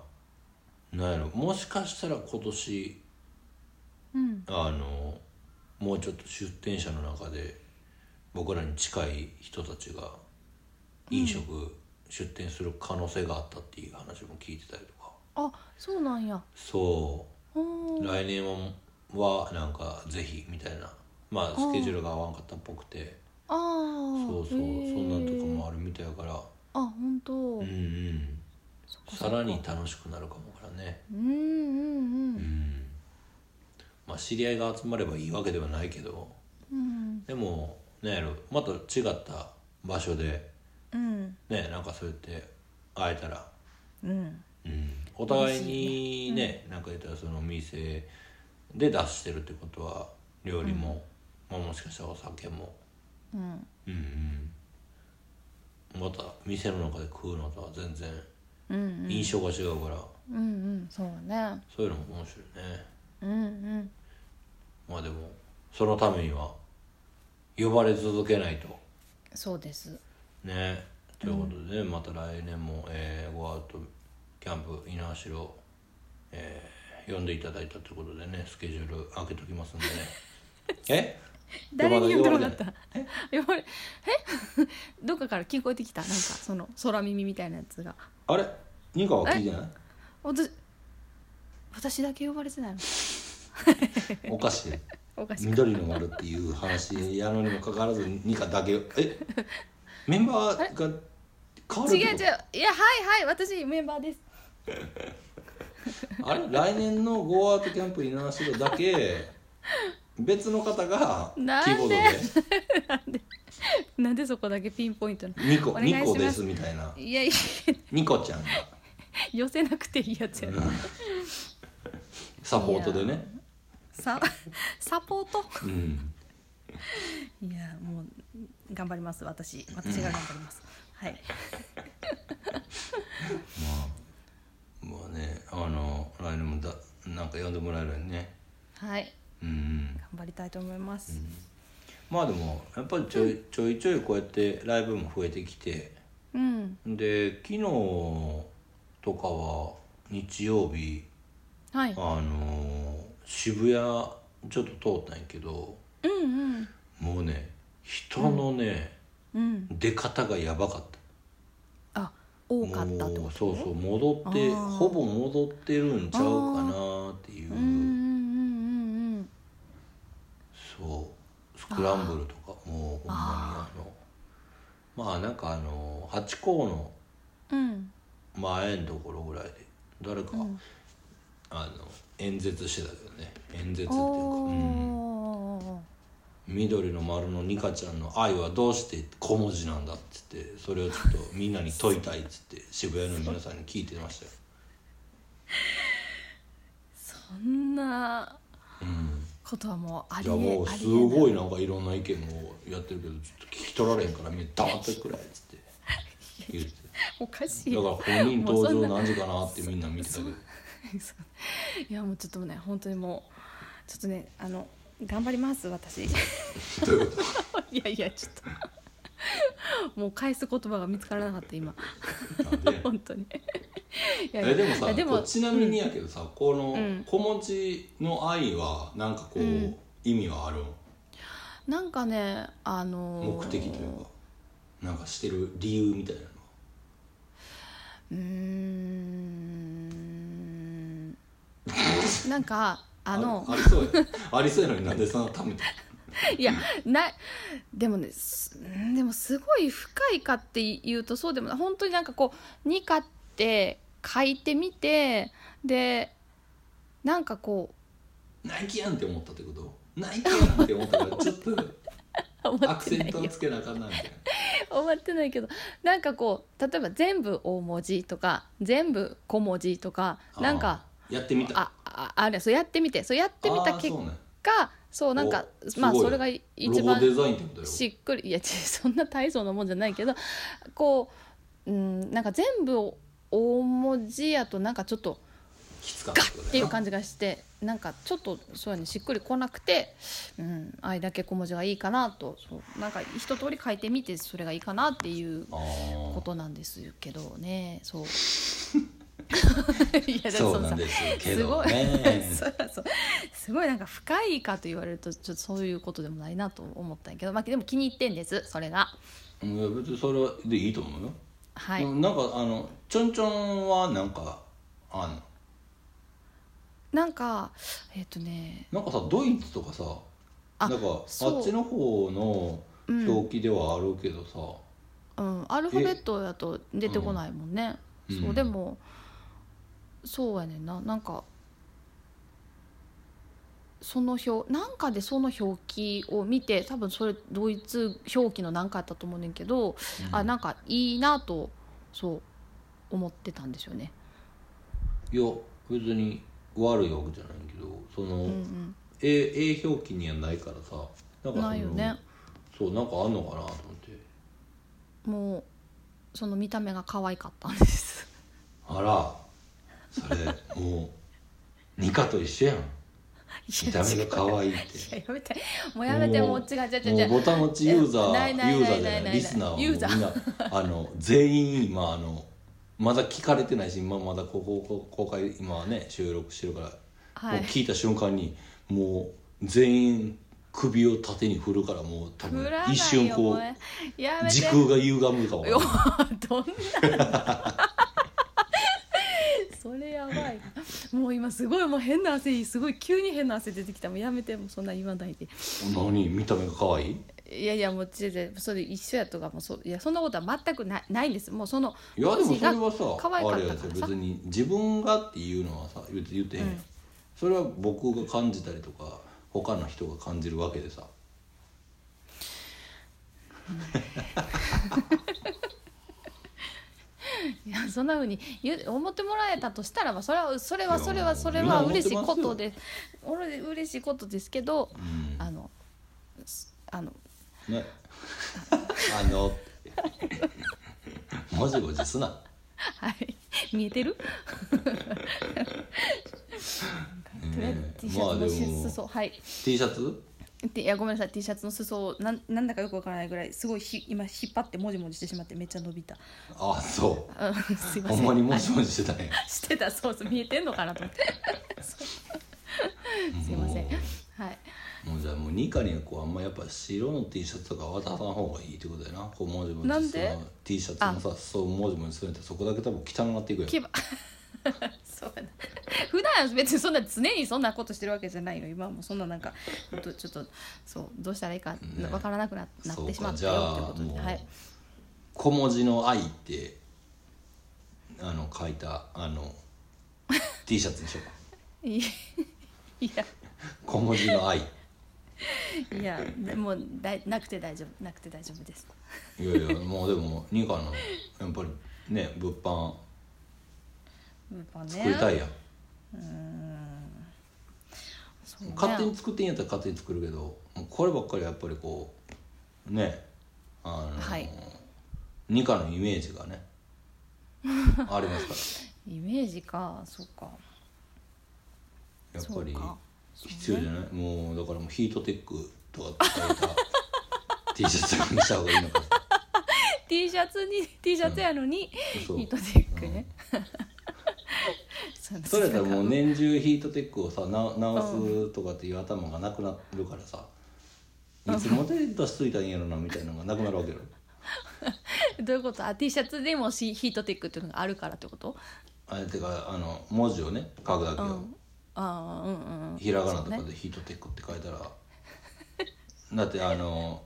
Speaker 1: あなんやろもしかしたら今年
Speaker 2: うん
Speaker 1: あのもうちょっと出店者の中で僕らに近い人たちが飲食、出店する可能性があったっていう話も聞いてたりとか
Speaker 2: あそうなんや
Speaker 1: そ
Speaker 2: お
Speaker 1: う
Speaker 2: ー
Speaker 1: 来年ははなんかぜひみたいなまあスケジュールが合わんかったっぽくて
Speaker 2: あー
Speaker 1: そうそうそ
Speaker 2: へー
Speaker 1: んなんとかもあるみたいやから
Speaker 2: あ本当
Speaker 1: うんうん
Speaker 2: そっかそ
Speaker 1: さ
Speaker 2: っから
Speaker 1: に楽しくなるかもからね
Speaker 2: うんうんうん
Speaker 1: まあ、知り合いが集まればいいわけではないけど
Speaker 2: うんうん
Speaker 1: でもねまた違った場所で
Speaker 2: うん
Speaker 1: ねなんかそうやって会えたら、
Speaker 2: うん
Speaker 1: うん、お互いにねなんか言ったらそのお店で出してるってことは料理も、まあ、もしかしたらお酒も、
Speaker 2: うん
Speaker 1: うんうん、また店の中で食うのとは全然
Speaker 2: うん
Speaker 1: 印象が違うから、
Speaker 2: うんうんそうね
Speaker 1: そういうのも面白いね
Speaker 2: うんうん
Speaker 1: まあでもそのためには呼ばれ続けないと
Speaker 2: そうです
Speaker 1: ねということで、また来年も、えー、ゴーアウトキャンプ猪苗代、えー、呼んでいただいたということでねスケジュール開けときますん でねえ
Speaker 2: 誰に呼んでもらった
Speaker 1: 呼ばれてない
Speaker 2: 呼ばれえ どっかから聞こえてきたなんかその空耳みたいなやつが
Speaker 1: あれニカは聞いてない
Speaker 2: 私私だけ呼ばれてないの
Speaker 1: おかしい
Speaker 2: おかしい
Speaker 1: 緑の丸っていう話やのにもかかわらずニカだけえメンバーが変わる
Speaker 2: 違う
Speaker 1: って
Speaker 2: 違う
Speaker 1: こ
Speaker 2: いやはいはい私メンバーです
Speaker 1: とあれ来年のゴーアウトキャンプ猪苗代だけ別の方がキ
Speaker 2: なんで
Speaker 1: ーボードで
Speaker 2: なんでそこだけピンポイントな
Speaker 1: 「ニ
Speaker 2: お
Speaker 1: コ
Speaker 2: 願い
Speaker 1: ニ
Speaker 2: します
Speaker 1: コです」みたいない
Speaker 2: やいや
Speaker 1: 「ニコちゃんが」
Speaker 2: 寄せなくていいやつやな
Speaker 1: サポートでね、
Speaker 2: ササポート
Speaker 1: うん、
Speaker 2: いやもう頑張ります私私が頑張ります、はい
Speaker 1: まあねあの来年もだなんか呼んでもらえるようにね
Speaker 2: はい
Speaker 1: うんうん
Speaker 2: 頑張りたいと思います、
Speaker 1: まあでもやっぱりちょいちょいちょいこうやってライブも増えてきて
Speaker 2: うん、
Speaker 1: で昨日とかは日曜日
Speaker 2: はい
Speaker 1: あの渋谷ちょっと通ったんやけど
Speaker 2: うん
Speaker 1: もうね人のね、
Speaker 2: うんうん
Speaker 1: 出方がやばかった
Speaker 2: あ多かったってこと
Speaker 1: もうそうそう戻って
Speaker 2: あー
Speaker 1: ほぼ戻ってるんちゃうかなっていう
Speaker 2: うんうんうんうん
Speaker 1: そうスクランブルとかもうほんまにあのまあなんかあのハチ公の
Speaker 2: うん
Speaker 1: 前のところぐらいで誰か、
Speaker 2: うん
Speaker 1: あの演説してたけどね演説っていうか、
Speaker 2: お
Speaker 1: うん、
Speaker 2: ー
Speaker 1: 緑の丸のニカちゃんの「愛はどうして小文字なんだ」っつってそれをちょ っとみんなに解いたいっつって渋谷の皆さんに聞いてましたよ。
Speaker 2: そんな
Speaker 1: うん
Speaker 2: ことはもうあ
Speaker 1: い
Speaker 2: り
Speaker 1: や
Speaker 2: え
Speaker 1: もう
Speaker 2: あ
Speaker 1: す
Speaker 2: りえない
Speaker 1: ごいなんかいろんな意見をやってるけどちょっと聞き取られへんからみんな黙ってくれっつって言って
Speaker 2: おかし い
Speaker 1: だから
Speaker 2: よ
Speaker 1: 本人登場何時かなってみんな見てた けど
Speaker 2: いやもうちょっとね本当にもうちょっとねあの頑張ります 私い
Speaker 1: どういうこと
Speaker 2: やいやちょっともう返す言葉が見つからなかった今
Speaker 1: なんで
Speaker 2: 本当にいやいや
Speaker 1: えでもさ
Speaker 2: いやでも
Speaker 1: こうちなみにやけどさ、この
Speaker 2: うん
Speaker 1: 小文字の愛はなんかこう、
Speaker 2: うん
Speaker 1: 意味はある
Speaker 2: なんかねあのー
Speaker 1: 目的というかなんかしてる理由みたいなの
Speaker 2: うーんなんかあの
Speaker 1: ありそうやありそうやのになんでそんなためて
Speaker 2: いやないでもねすうんでもすごい深いかっていうとそうでもない本当になんかこう「にか」って書いてみてでなんかこ
Speaker 1: ナイキやんって思ったってことナイキやんって思った からちょっと
Speaker 2: う思
Speaker 1: ア
Speaker 2: っ
Speaker 1: クセ
Speaker 2: てな
Speaker 1: ン
Speaker 2: い
Speaker 1: トを
Speaker 2: よ
Speaker 1: つけなあかんなみたいな。
Speaker 2: 思ってないけどなんかこう例えば全部大文字とか全部小文字とかなんか
Speaker 1: あーやってみた
Speaker 2: あああれそうやってみてそうやってみた結
Speaker 1: あーそうね
Speaker 2: 果そうなんか
Speaker 1: おすごい
Speaker 2: まあそれが一
Speaker 1: ロゴ
Speaker 2: 番
Speaker 1: デザインってことよ
Speaker 2: しっくりいや違う そんな大層なもんじゃないけどこう、うん、なんか全部大文字やとなんかちょっと
Speaker 1: きつかった
Speaker 2: ガッっていう感じがしてなんかちょっとそうやねしっくりこなくて「うん、愛だけ小文字がいいかなと」そうなんか一通り書いてみてそれがいいかなっていう
Speaker 1: あ
Speaker 2: こ
Speaker 1: あ
Speaker 2: となんですけどねそう いやだって
Speaker 1: そ
Speaker 2: の
Speaker 1: うなんですけ
Speaker 2: す
Speaker 1: ど
Speaker 2: ごい、
Speaker 1: ね
Speaker 2: そうそうすごいなんか深いかと言われるとちょっとそういうことでもないなと思ったんやけど、まあ、でも気に入ってんですそれが
Speaker 1: うんいや別にそれはでいいと思うよ、
Speaker 2: はい、
Speaker 1: うんなんかあのちょんちょんはなんかあんの
Speaker 2: なんかえっ、とね
Speaker 1: なんかさドイツとかさ
Speaker 2: あ
Speaker 1: なんかあっ
Speaker 2: そう
Speaker 1: ちの方の
Speaker 2: うん
Speaker 1: 表記ではあるけどさ、
Speaker 2: うんアルファベットやと出てこないもんね、
Speaker 1: うん
Speaker 2: そううんでもそうやねんななんかその表なんかでその表記を見て多分それドイツ表記のなんかやったと思うねんけど、あなんかいいなとそう思ってたんですよね。
Speaker 1: いや別に悪いわけじゃないけどその、A, A 表記にはないからさなんかその
Speaker 2: ないよね
Speaker 1: そうなんかあんのかなと思って
Speaker 2: もうその見た目が可愛かったんです。
Speaker 1: あらそれもうニカと一緒やん見た目が可愛いって
Speaker 2: いややめてもうやめてもう違う違う違う違う
Speaker 1: もうボタン持ちユーザ
Speaker 2: えないな
Speaker 1: ー
Speaker 2: い
Speaker 1: ユーザーじゃ
Speaker 2: な
Speaker 1: ない
Speaker 2: ない
Speaker 1: い
Speaker 2: ない
Speaker 1: リスナーはもうみ
Speaker 2: ユーザー
Speaker 1: んなあの全員今あのまだ聞かれてないし今まだこここ公開今はね収録してるから、
Speaker 2: はい
Speaker 1: もう聞いた瞬間にもう全員首を縦に振るからもう多
Speaker 2: 振
Speaker 1: 分
Speaker 2: らないよ
Speaker 1: 一瞬こ
Speaker 2: もうや
Speaker 1: う
Speaker 2: めて
Speaker 1: 時空が歪むかも
Speaker 2: よどんなそれやばいもう今すごいもう変な汗すごい急に変な汗出てきたもうやめてもうそんな言わないで
Speaker 1: 何見た目が可愛い
Speaker 2: いやいやもう違う違うそれ一緒やとかもうそういやそんなことは全くないないんですもうその
Speaker 1: いやでもそれ
Speaker 2: 当
Speaker 1: は
Speaker 2: 時が
Speaker 1: さ
Speaker 2: 可愛
Speaker 1: あ
Speaker 2: か
Speaker 1: れ
Speaker 2: っ
Speaker 1: や
Speaker 2: た
Speaker 1: で
Speaker 2: からさ
Speaker 1: 別に自分がっていうのはさ言って言ってへんやん、
Speaker 2: うん
Speaker 1: それは僕が感じたりとか他の人が感じるわけでさ
Speaker 2: いやそんなふうに言う思ってもらえたとしたらばそれはそれはい
Speaker 1: や
Speaker 2: それはそれ
Speaker 1: みんな
Speaker 2: は
Speaker 1: 思ってます
Speaker 2: 嬉しい
Speaker 1: よ
Speaker 2: ことで俺嬉しいことですけど
Speaker 1: うん
Speaker 2: あのすあの
Speaker 1: ね あのもじもじすな
Speaker 2: はい見え てるとりあえず T シ
Speaker 1: ま
Speaker 2: ャ
Speaker 1: あ
Speaker 2: ツ
Speaker 1: で
Speaker 2: の
Speaker 1: も
Speaker 2: 裾、はい
Speaker 1: T シャツ
Speaker 2: でいやごめんなさい T シャツの裾をなんなんだかよくわからないぐらいすごいひ今引っ張ってもじもじしてしまってめっちゃ伸びた
Speaker 1: あそ
Speaker 2: うんすいうま
Speaker 1: ほ
Speaker 2: せん
Speaker 1: んまにも
Speaker 2: はい
Speaker 1: じもじしてたね
Speaker 2: してたそうそう見えてんのかなと思って そうすいません
Speaker 1: も
Speaker 2: はい、
Speaker 1: うもうじゃあもうニカにはこうあんまやっぱ白の T シャツとか渡さん方がいいってことだよなこうもじも
Speaker 2: なん
Speaker 1: じ
Speaker 2: です
Speaker 1: る T シャツのさそうもじもじするってそこだけ多分汚くなっていくよ
Speaker 2: 牙 そうやな普段は別にそんな常にそんなことしてるわけじゃないの今はもうそんななんかほんとちょっとそうどうしたらいいか
Speaker 1: ね
Speaker 2: わからなくな,、な
Speaker 1: そ
Speaker 2: っ
Speaker 1: う
Speaker 2: てしま
Speaker 1: か
Speaker 2: った
Speaker 1: じゃ
Speaker 2: よって
Speaker 1: あ
Speaker 2: こと
Speaker 1: も
Speaker 2: で
Speaker 1: う
Speaker 2: はい
Speaker 1: 小文字の「愛」ってあの書いたあの T シャツにしようか
Speaker 2: いいや
Speaker 1: 小文字の「愛」
Speaker 2: いやでもだいなくて大丈夫なくて大丈夫です
Speaker 1: いやいやもうでもニカのやっぱりね物販
Speaker 2: やっぱね
Speaker 1: 作りたいやん、
Speaker 2: そうね
Speaker 1: 勝手に作ってんやったら勝手に作るけどもうこればっかりはやっぱりこうねあの、
Speaker 2: はい
Speaker 1: ニカのイメージが ねあります
Speaker 2: イメージかそうか
Speaker 1: からやっぱり
Speaker 2: そうか
Speaker 1: 必要じゃないもうだからもうヒートテックとか使えた T シャツとかにした方がいいのか
Speaker 2: T シャツに T シャツやのに、
Speaker 1: そう
Speaker 2: ヒートテックね、
Speaker 1: それやったらもう
Speaker 2: ね
Speaker 1: 年中ヒートテックをさな直すとかっていう頭がなくなるからさ、いつまで出しといたらいいんやろなみたいなのがなくなるわけよ
Speaker 2: どういうことあ T シャツでもしヒートテックっていうのがあるからってこと
Speaker 1: あれてかあの文字をね書くだけを、
Speaker 2: ああうんうんうん
Speaker 1: ひらがなとか
Speaker 2: そうね
Speaker 1: でヒートテックって書いたら、 だってあの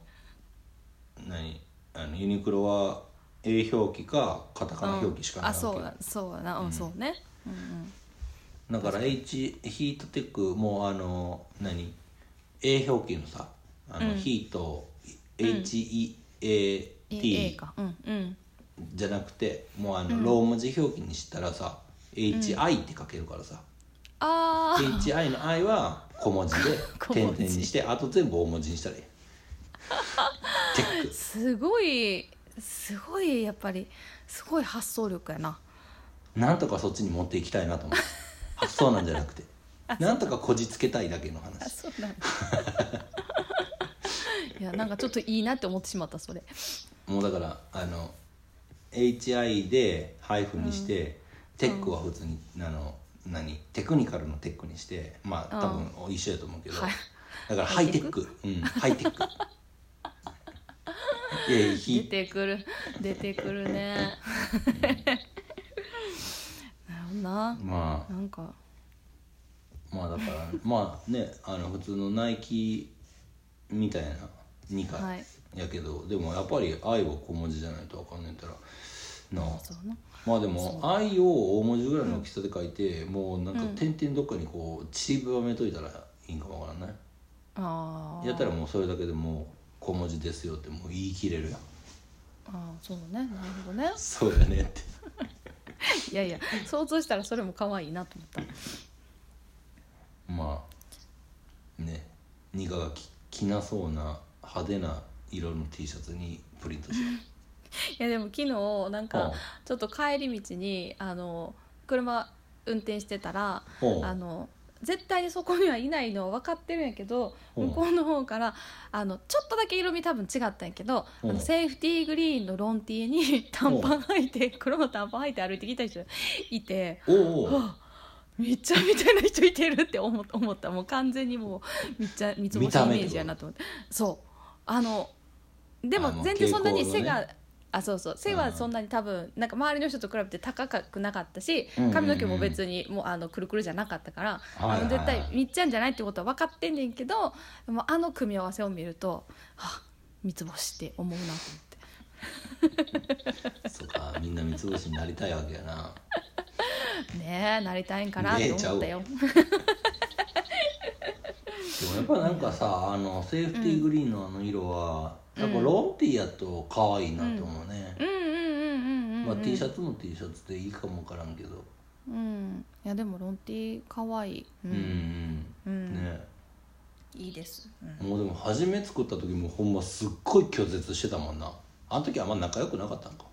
Speaker 1: 何あのユニクロは A 表記かカタカナ表記しかない
Speaker 2: あそう
Speaker 1: わ
Speaker 2: だそうだなうん、そうねうんうん
Speaker 1: けだから H ヒートテックもあの何 A 表記のさあの、ヒート HEAT、
Speaker 2: A かうんうん
Speaker 1: じゃなくてもうあの、ローマ字表記にしたらさ HI って書けるからさ、
Speaker 2: ああ
Speaker 1: HI の I は小文字で
Speaker 2: 小
Speaker 1: 点
Speaker 2: 文
Speaker 1: 々
Speaker 2: 字
Speaker 1: にしてあと全部大文字に したらいいテック
Speaker 2: すごいすごいやっぱりすごい発想力やな
Speaker 1: なんとかそっちに持っていきたいなと思って発想なんじゃなくてなんとかこじつけたいだけの
Speaker 2: あ
Speaker 1: 話
Speaker 2: そうなんだ いやなんかちょっといいなって思ってしまったそれ
Speaker 1: もうだからあの HI でハイフンにして、テックは普通にあの何テクニカルのテックにしてまあ多分一緒やと思うけど、
Speaker 2: はい
Speaker 1: だからハイテックうんハイテック いやいや
Speaker 2: 出
Speaker 1: ひ
Speaker 2: てくる出てくるね なるほどな
Speaker 1: まあ
Speaker 2: なんか
Speaker 1: まあだからまあねあの普通のナイキみたいな2
Speaker 2: は
Speaker 1: 回
Speaker 2: い
Speaker 1: やけど、でもやっぱり「愛」は小文字じゃないと分かんねえったらなあ
Speaker 2: そうな
Speaker 1: まあでも「愛」を大文字ぐらいの大きさで書いて、もうなんか点々どっかにこうちりばめといたらいいんかわからんね
Speaker 2: ああ
Speaker 1: やったらもうそれだけでもう小文字ですよってもう言い切れるやん
Speaker 2: ああそうねなるほどね
Speaker 1: そうやねって
Speaker 2: いやいや想像したらそれも可愛いなと思った
Speaker 1: まあねニカが着着なそうな派手な色の T シャツにプリントして
Speaker 2: いやでも昨日な
Speaker 1: う
Speaker 2: ん
Speaker 1: ん
Speaker 2: かちょっと帰り道にあの車運転してたら
Speaker 1: ほう
Speaker 2: あの絶対にそこにはいないのは分かってるんやけど
Speaker 1: うん
Speaker 2: 向こうの方からあのちょっとだけ色味多分違ったんやけどあ
Speaker 1: うん
Speaker 2: のセーフティーグリーンのロンティーに 短パン履いて黒の短パン履いて歩いてきた人いて
Speaker 1: おうおう
Speaker 2: はあみっちゃんみたいな人いてるって思思ったもう完全にもうみっちゃん三つ星イメージやなと思ってそうあので
Speaker 1: あ
Speaker 2: も
Speaker 1: の
Speaker 2: 全然そんなに
Speaker 1: 傾向
Speaker 2: 背
Speaker 1: の
Speaker 2: が、
Speaker 1: ね
Speaker 2: あそうそう背はそんなに多分なんか周りの人と比べて高くなかったし
Speaker 1: うんうんうん
Speaker 2: 髪の毛も別にもうあのくるくるじゃなかったから、
Speaker 1: はいはい
Speaker 2: あの絶対みっちゃんじゃないってことは分かってんねんけどでもあの組み合わせを見るとはあ三つ星って思うなと思って。
Speaker 1: そうかみんな三つ星になりたいわけやな
Speaker 2: ねえなりたいんかなって思ったよ。
Speaker 1: でもやっぱなんかさあのセーフティーグリーンのあの色は、やっぱロンティーやと可愛いなと思うね、
Speaker 2: うんうんうんうんうん、うん
Speaker 1: まあ、T シャツも T シャツでいいかもわからんけど
Speaker 2: うん、いやでもロンティ可愛い。う、
Speaker 1: うんんう
Speaker 2: う
Speaker 1: ん
Speaker 2: ん、
Speaker 1: ね
Speaker 2: いいです。うん
Speaker 1: もうでも初め作った時もほんますっごい拒絶してたもんなあの時あんま仲良くなかったんか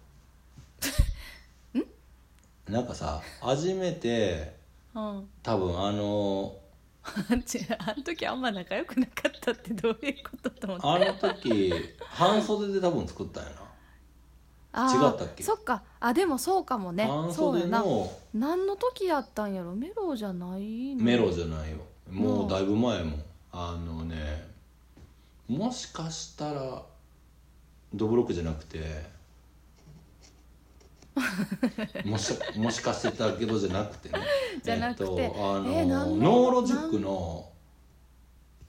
Speaker 1: なんかさ初めて
Speaker 2: うん、
Speaker 1: 多分あの
Speaker 2: 違うあの時あんま仲良くなかったってどういうことと思って。
Speaker 1: あの時半袖で多分作ったんや
Speaker 2: あー
Speaker 1: 違ったっけ
Speaker 2: そっか、あでもそうかも
Speaker 1: な、
Speaker 2: ね。
Speaker 1: 半
Speaker 2: そう
Speaker 1: 袖
Speaker 2: やな。
Speaker 1: の
Speaker 2: 何の時やったんやろ、メロじゃないの。
Speaker 1: メロじゃないよも
Speaker 2: うん
Speaker 1: うだいぶ前もあのねもしかしたらドブロックじゃなくて もしもしかしてたけどじゃなくてね
Speaker 2: じゃなくて
Speaker 1: えっとあの、
Speaker 2: えなんの
Speaker 1: ノーロジックの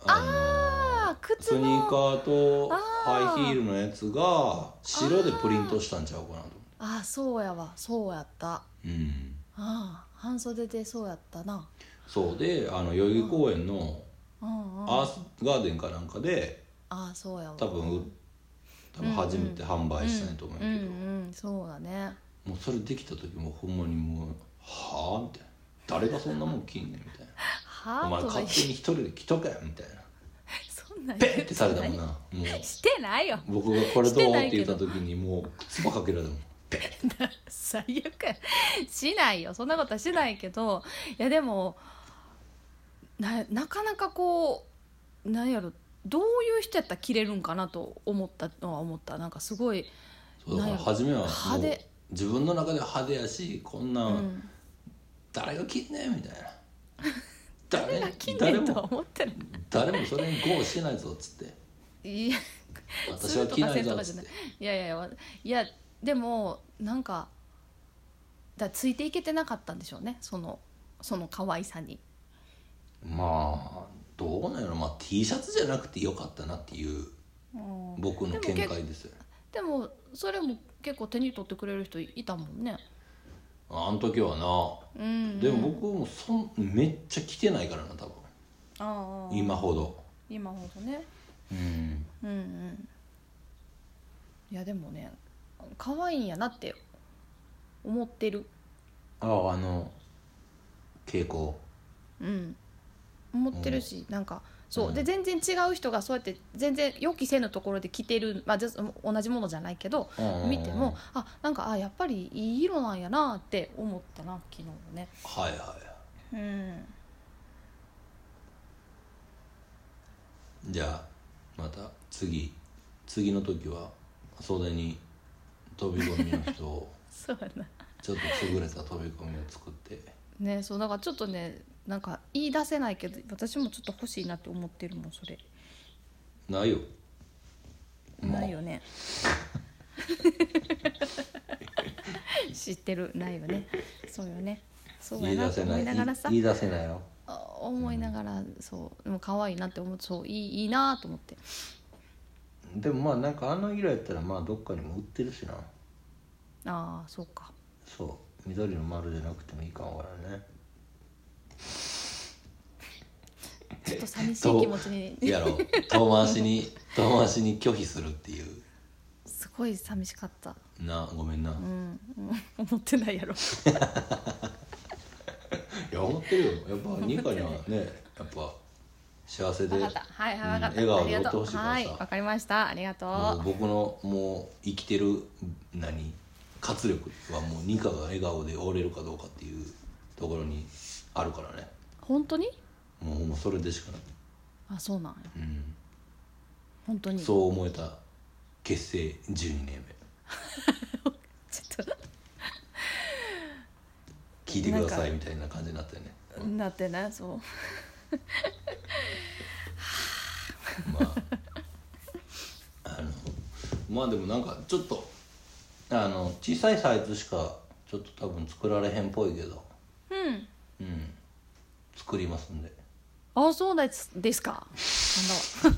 Speaker 1: あ
Speaker 2: ああ、
Speaker 1: のス
Speaker 2: 靴
Speaker 1: ニーカ
Speaker 2: の。
Speaker 1: ーと
Speaker 2: あー
Speaker 1: ハイヒールのやつが白でプリントしたんちゃうかなと思って
Speaker 2: あ、そうやわ、そうやった。
Speaker 1: うん
Speaker 2: あー、半袖でそうやったな。
Speaker 1: そうであの代々木公園の
Speaker 2: うんうん。
Speaker 1: アー
Speaker 2: あ
Speaker 1: スガーデンかなんかで
Speaker 2: ー、そうやわ。
Speaker 1: 多分う多分初めて販売したんやと思う
Speaker 2: うんん
Speaker 1: やけど、
Speaker 2: うん、そうだね。
Speaker 1: もうそれできた時もうほんまにもう「はあ?」みたいな「誰がそんなもん着んねん」みたいな「
Speaker 2: は
Speaker 1: お
Speaker 2: あ
Speaker 1: 前
Speaker 2: とは
Speaker 1: 勝
Speaker 2: 言う
Speaker 1: 手に一人で着とけ」み たいな
Speaker 2: そんなん
Speaker 1: ペ
Speaker 2: 言う
Speaker 1: ッてされたもんなもう
Speaker 2: してないよ
Speaker 1: 僕が「これどう?」
Speaker 2: して
Speaker 1: っ
Speaker 2: な
Speaker 1: て
Speaker 2: い
Speaker 1: 言
Speaker 2: け
Speaker 1: った
Speaker 2: ど
Speaker 1: 時にもう唾かけられたもんペッ
Speaker 2: 最悪やしないよそんなことはしないけどいやでもななかなかこうなんやろどういう人やったら着れるんかなと思ったのは思ったなんかすごい
Speaker 1: そうだから
Speaker 2: なんや
Speaker 1: 初めは
Speaker 2: 派
Speaker 1: もう
Speaker 2: 手
Speaker 1: 自分の中で派手やしこんな
Speaker 2: うんん
Speaker 1: 誰が着んねんみ たいな誰
Speaker 2: 誰が着んねんと
Speaker 1: 誰
Speaker 2: は
Speaker 1: も
Speaker 2: 思ってな
Speaker 1: 誰もそれにゴーしてないぞっつって
Speaker 2: いいや
Speaker 1: 私は着ないぞっつ
Speaker 2: するとかせんとかじゃ
Speaker 1: っ
Speaker 2: な
Speaker 1: て
Speaker 2: いやいやいやいやでもなんかだついていけてなかったんでしょうねそのその可愛さに
Speaker 1: まあどうなんやろ、まあ、T シャツじゃなくてよかったなっていう
Speaker 2: うん
Speaker 1: 僕の
Speaker 2: でも
Speaker 1: 見
Speaker 2: 結
Speaker 1: 解ですよ
Speaker 2: でもそれも結構手に取ってくれる人いたもんね
Speaker 1: あの時はな
Speaker 2: うんうん
Speaker 1: でも僕もそんめっちゃ着てないからな多分
Speaker 2: ああ
Speaker 1: 今ほど
Speaker 2: 今ほどね
Speaker 1: うん
Speaker 2: うんうんいやでもね可愛いんやなって思ってる
Speaker 1: あああの傾向
Speaker 2: うん思ってるし、なんかそう、で全然違う人がそうやって全然予期せぬところで着てる、まあ、じゃ同じものじゃないけど見てもあなんかあやっぱりいい色なんやなって思ったな昨日ね
Speaker 1: はいは
Speaker 2: うん
Speaker 1: いじゃあまた次次の時は袖に飛び込みの人を
Speaker 2: そうやな
Speaker 1: ちょっと優れた飛び込みを作って
Speaker 2: ねそうだからちょっとねなんか言い出せないけど私もちょっと欲しいなって思ってるもんそれ
Speaker 1: ないよもう
Speaker 2: ないよね 知ってるないよねそうよねそう
Speaker 1: 言
Speaker 2: や
Speaker 1: い
Speaker 2: な
Speaker 1: 出
Speaker 2: と
Speaker 1: せ
Speaker 2: 思
Speaker 1: ないい
Speaker 2: ながらさ
Speaker 1: 言い出せないよ
Speaker 2: あ思いながらそうでも可愛いなって思ってそういいいいなと思って
Speaker 1: でもまあなんかあの色やったらまあどっかにも売ってるしな
Speaker 2: ああそうか
Speaker 1: そう緑の丸じゃなくてもいいかもわからんね
Speaker 2: ちょっと寂しい気持ちに
Speaker 1: やろう遠回しに遠回しに拒否するっていう
Speaker 2: すごい寂しかった
Speaker 1: なごめんな、
Speaker 2: う
Speaker 1: い
Speaker 2: んうん思ってないやろ
Speaker 1: や思ってるよやっぱニカにはねやっぱ幸せで
Speaker 2: 分かったはいはい分かった、
Speaker 1: うん笑顔
Speaker 2: あ
Speaker 1: で
Speaker 2: りがと
Speaker 1: おってほ
Speaker 2: う
Speaker 1: しいからさ
Speaker 2: はいわかりましたありが
Speaker 1: もう
Speaker 2: と
Speaker 1: 僕のもう生きてる何活力はもうニカが笑顔でおれるかどうかっていうところにあるからね
Speaker 2: う本当に
Speaker 1: もうもうそれでしかない、
Speaker 2: あそうなんや
Speaker 1: うん
Speaker 2: 本当に
Speaker 1: そう思えた結成12年
Speaker 2: ちょっ
Speaker 1: 目聞いてくださいみたいな感じになったよね
Speaker 2: と なってねそう
Speaker 1: まああのまあでもなんかちょっとあの小さいサイズしかちょっと多分作られへんっぽいけど
Speaker 2: うん
Speaker 1: うん作りますんで
Speaker 2: あそうですですかそん
Speaker 1: な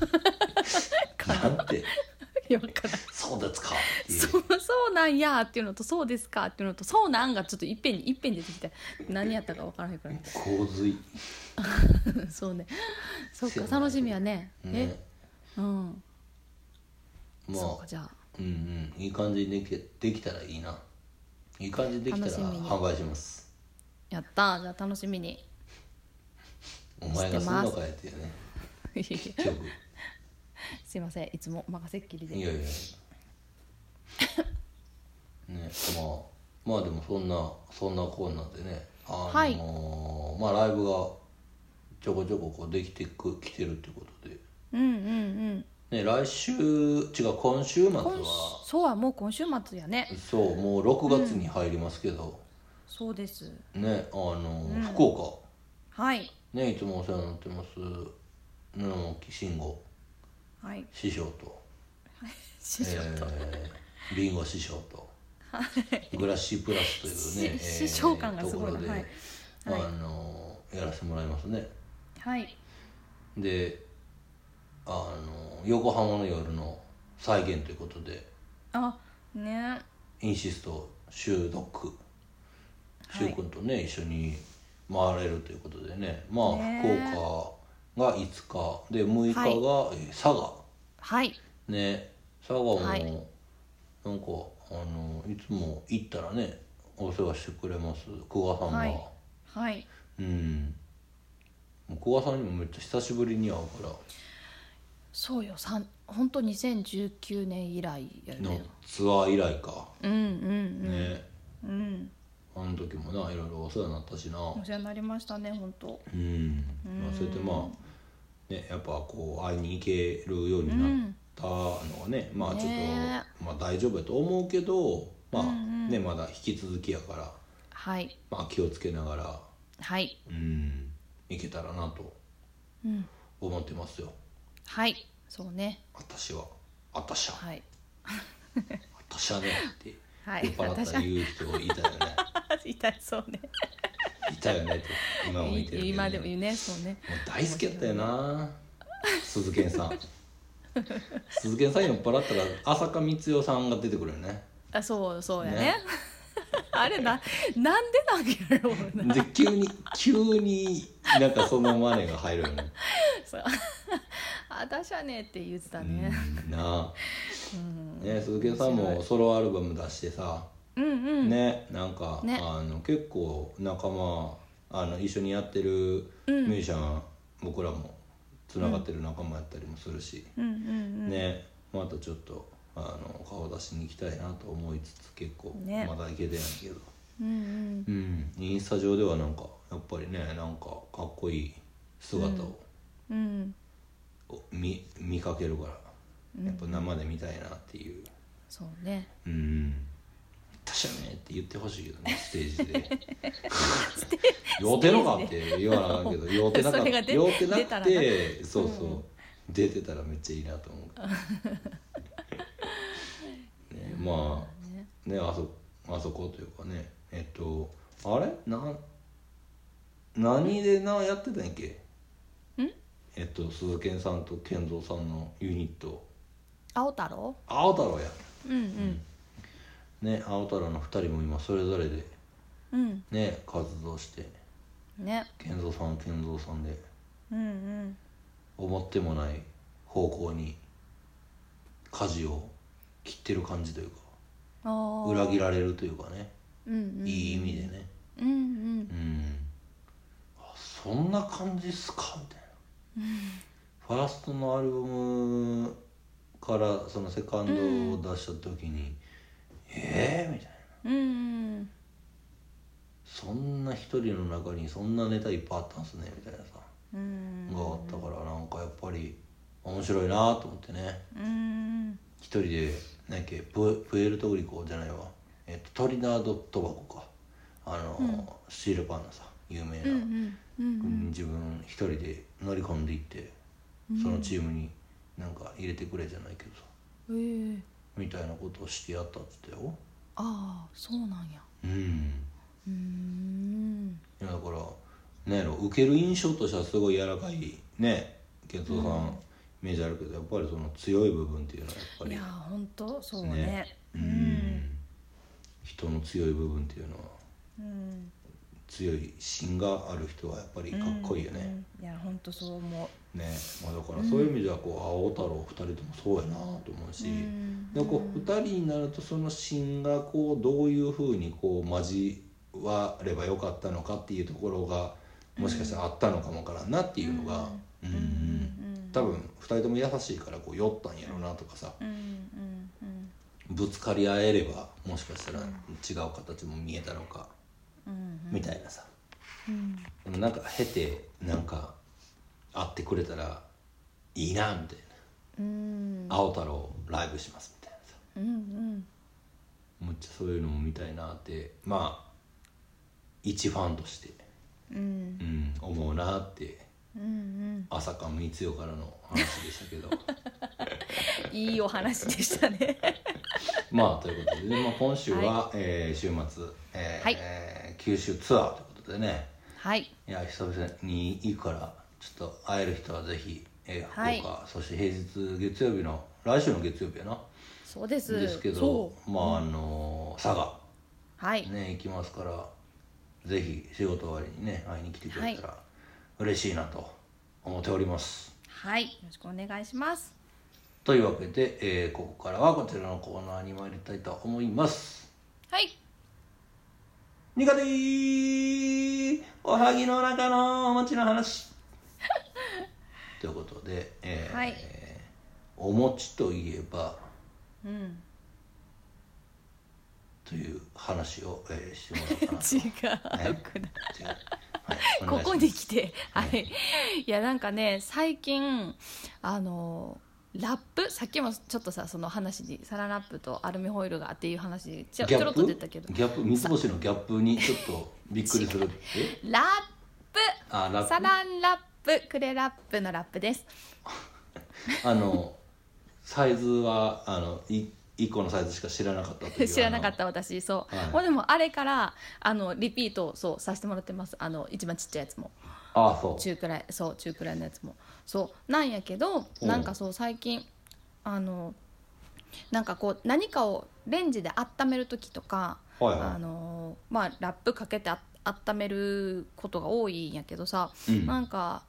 Speaker 1: んて
Speaker 2: なよくない
Speaker 1: そうですかっていう
Speaker 2: そうそうなんやっていうのとそうですかっていうのとそうなんがちょっといっぺんにいっぺんに出てきた何やったか分からへんから
Speaker 1: 洪水
Speaker 2: そうねそっ
Speaker 1: そう
Speaker 2: か
Speaker 1: なんだ
Speaker 2: 楽しみやね
Speaker 1: ね
Speaker 2: えうん
Speaker 1: ま
Speaker 2: そうか
Speaker 1: あ
Speaker 2: じゃあ
Speaker 1: うんうんいい感じにできできたらいいないい感じにできたら
Speaker 2: 楽しみに
Speaker 1: 販売します
Speaker 2: やったじゃあ楽しみに
Speaker 1: お前がすんのかやっていうね
Speaker 2: いやいや
Speaker 1: 曲
Speaker 2: すいませんいつも任せっきり
Speaker 1: い
Speaker 2: で
Speaker 1: やいや ねまあまあでもそんなそんなこんなんでねあのーまあライブがちょこちょここうできてくきてるってことで
Speaker 2: うんうんうん
Speaker 1: ね来週違う今週末
Speaker 2: 今
Speaker 1: は
Speaker 2: そうはもう今週末やね
Speaker 1: そうもう6月に入りますけど、
Speaker 2: そうです
Speaker 1: ねあのー、福岡
Speaker 2: はい
Speaker 1: ねいつもお世話になってます布木慎吾
Speaker 2: はい
Speaker 1: 師匠と
Speaker 2: 師匠
Speaker 1: えービンゴ師匠と、グラシープラスというね
Speaker 2: し師匠感がすごいな
Speaker 1: ところで、
Speaker 2: はい
Speaker 1: あのやらせてもらいますね
Speaker 2: はい
Speaker 1: であの横浜の夜の再現ということで
Speaker 2: あね
Speaker 1: インシスト修ドック
Speaker 2: はい
Speaker 1: 修君とね、一緒に回れるということでねまあ
Speaker 2: ね
Speaker 1: 福岡が5日で6日が、
Speaker 2: はい
Speaker 1: えー佐賀
Speaker 2: はい
Speaker 1: ね佐賀も、
Speaker 2: はい
Speaker 1: なんかあのいつも行ったらねお世話してくれます久我さんが、
Speaker 2: はいはい
Speaker 1: うんもう久我さんにもめっちゃ久しぶりに会うか
Speaker 2: そうよさん本当2019年以来や
Speaker 1: らの
Speaker 2: ね
Speaker 1: ツアー以来か、
Speaker 2: うんうん
Speaker 1: ね
Speaker 2: うんうん
Speaker 1: あの時もないろいろお世話になったしな
Speaker 2: お世話になりましたね本当
Speaker 1: うん、まあ、それでまあねやっぱこう会いに行けるようになったのはね、まあちょっと、
Speaker 2: ね
Speaker 1: まあ大丈夫やと思うけどまあ、
Speaker 2: うんうん
Speaker 1: ねまだ引き続きやから、
Speaker 2: はい
Speaker 1: まあ、気をつけながら
Speaker 2: はい
Speaker 1: うんいけたらなと
Speaker 2: うん
Speaker 1: 思ってますよ
Speaker 2: はいそうね
Speaker 1: 私は私は
Speaker 2: はい
Speaker 1: 私はねって
Speaker 2: はい
Speaker 1: 酔っ払ったら言う人いたよね
Speaker 2: 痛いそうね
Speaker 1: いたよねって今もいてるけど、ね、
Speaker 2: 今で
Speaker 1: も
Speaker 2: も
Speaker 1: う
Speaker 2: 言うねそうね
Speaker 1: 大好きやったよな鈴研さん鈴研さん酔っ払ったら浅香光代さんが出てくるよね
Speaker 2: あそうそうやね
Speaker 1: ね
Speaker 2: あれななんでなんやろう な
Speaker 1: で急に急になんかその真似が入るよね
Speaker 2: そう私はねって言ってたね
Speaker 1: うんなあ、ね鈴研さんもソロアルバム出してさ
Speaker 2: うんうん
Speaker 1: ねなんか、
Speaker 2: ね
Speaker 1: あの結構仲間あの一緒にやってるミュージシャン、僕らもつながってる仲間やったりもするし、
Speaker 2: うんうん
Speaker 1: ねまたちょっとあの顔出しに行きたいなと思いつつ結構、
Speaker 2: ね
Speaker 1: まだ行けてないけど、
Speaker 2: うんうん
Speaker 1: うん、インスタ上ではなんかやっぱりねなんかかっこいい姿を、
Speaker 2: うん
Speaker 1: お見見かけるからやっぱ生で見たいなっていう。
Speaker 2: そうね
Speaker 1: うん私はねって言ってほしいけど ねステージで酔うてなかって言わなあかんけど酔うてなかっ
Speaker 2: それが
Speaker 1: た
Speaker 2: 出
Speaker 1: 酔うてな
Speaker 2: 出た
Speaker 1: く
Speaker 2: らな
Speaker 1: てそうそう、出てたらめっちゃいいなと思 うねまあねあそあそこというかねえっとあれなん何でなやってたんやっけえっと鈴研さんと健三さんのユニット
Speaker 2: 青太郎
Speaker 1: 青太郎や
Speaker 2: うんうん
Speaker 1: ね青太郎の2人も今それぞれで
Speaker 2: うん
Speaker 1: ね活動して
Speaker 2: ね
Speaker 1: 健三さんは健三さんで
Speaker 2: うんうん
Speaker 1: 思ってもない方向に舵を切ってる感じというか
Speaker 2: ああ
Speaker 1: 裏切られるというかね
Speaker 2: うんうん
Speaker 1: いい意味でね
Speaker 2: うんうん
Speaker 1: うんあそんな感じっすかみたいなファーストのアルバムからそのセカンドを出した時に「ええー?」みたいな
Speaker 2: うんうん
Speaker 1: そんな一人の中にそんなネタいっぱいあったんすねみたいなさ
Speaker 2: うん
Speaker 1: があったからなんかやっぱり面白いなと思ってね
Speaker 2: うん
Speaker 1: 一人で何やっけプエプエルトリコじゃないわ、えっと、トリナード・トバコかあの、シールパンのさ有名な、
Speaker 2: うんうん
Speaker 1: 自分一人で乗り込んでいってそのチームになんか入れてくれじゃないけどさ
Speaker 2: うんええ
Speaker 1: みたいなことをしてやったって言ってたよ
Speaker 2: ああそうなんや
Speaker 1: うん
Speaker 2: うーん
Speaker 1: いやだからなんやろ受ける印象としてはすごい柔らかいね哲夫さん、イメージあるけどやっぱりその強い部分っていうのはやっぱ
Speaker 2: い
Speaker 1: り
Speaker 2: や本当そうね
Speaker 1: ね
Speaker 2: うん
Speaker 1: 人の強い部分っていうのは
Speaker 2: うん
Speaker 1: 強い芯がある人はやっぱりかっこいいよね、
Speaker 2: うんいや本当そう思
Speaker 1: ね、まあ、だからそういう意味ではこう青太郎二人ともそうやなと思うし、
Speaker 2: ん
Speaker 1: でこう二人になるとその芯がこうどういうふうにこう交わればよかったのかっていうところがもしかしたらあったのかもわからんなっていうのが、うん多分二人とも優しいからこう酔ったんやろうなとかさ
Speaker 2: ううんうんうん
Speaker 1: ぶつかり合えればもしかしたら違う形も見えたのか
Speaker 2: うん
Speaker 1: みたいなさ。
Speaker 2: うん
Speaker 1: でもなんか経てなんか会ってくれたらいいなみたい
Speaker 2: うん
Speaker 1: な「青太郎ライブします」みたいなさ
Speaker 2: うんうん
Speaker 1: むっちゃそういうのも見たいなってまあ一ファンとして、
Speaker 2: うん
Speaker 1: うん、思うなって
Speaker 2: うんうん
Speaker 1: 朝香光代からの話でしたけど
Speaker 2: いいお話でしたね
Speaker 1: まあということで、ねまあ、今週は、えー週末、えー
Speaker 2: はい
Speaker 1: えー九州ツアーということでね
Speaker 2: はい
Speaker 1: いや久々に行くからちょっと会える人はぜひ、えー福岡、
Speaker 2: はい
Speaker 1: そして平日月曜日の来週の月曜日やな
Speaker 2: そうです
Speaker 1: ですけど
Speaker 2: そ
Speaker 1: まああの佐賀
Speaker 2: うはい
Speaker 1: ね行きますからぜひ仕事終わりにね会いに来てくれたら嬉しいなと思っております、
Speaker 2: はいよろしくお願いします
Speaker 1: というわけで、えーここからはこちらのコーナーに参りたいと思います
Speaker 2: はい
Speaker 1: 苦手おはぎの中のお餅の 話ということで、えー
Speaker 2: はい
Speaker 1: お餅といえば
Speaker 2: うん
Speaker 1: という話を、えーしてもらおうかなと
Speaker 2: 違うくな
Speaker 1: 違うはいお願いし
Speaker 2: こ
Speaker 1: ます
Speaker 2: こに来て、はい、いやなんかね最近あのラップさっきもちょっとさその話にサランラップとアルミホイルがっていう話ちょち
Speaker 1: ギャ
Speaker 2: ょ
Speaker 1: ッ
Speaker 2: ろっと
Speaker 1: プ
Speaker 2: 出たけど
Speaker 1: ギャップ三つ星のギャップにちょっとびっくりす るえ
Speaker 2: ラップ
Speaker 1: あラップ
Speaker 2: サランラップクレラップのラップです
Speaker 1: あのサイズはあのい1個のサイズしか知らなかったという
Speaker 2: 知らなかった私そう、
Speaker 1: はい
Speaker 2: もうでもあれからあのリピートをそうさせてもらってますあの一番ちっちゃいやつも
Speaker 1: あのあそ
Speaker 2: 中くらいそう中くらいのやつもそうなんやけど
Speaker 1: うん
Speaker 2: なんかそう最近あのなんかこう何かをレンジで温める時とか、
Speaker 1: うはい
Speaker 2: あ
Speaker 1: は
Speaker 2: のまあラップかけてあ温めることが多いんやけどさ、
Speaker 1: いうん
Speaker 2: なんか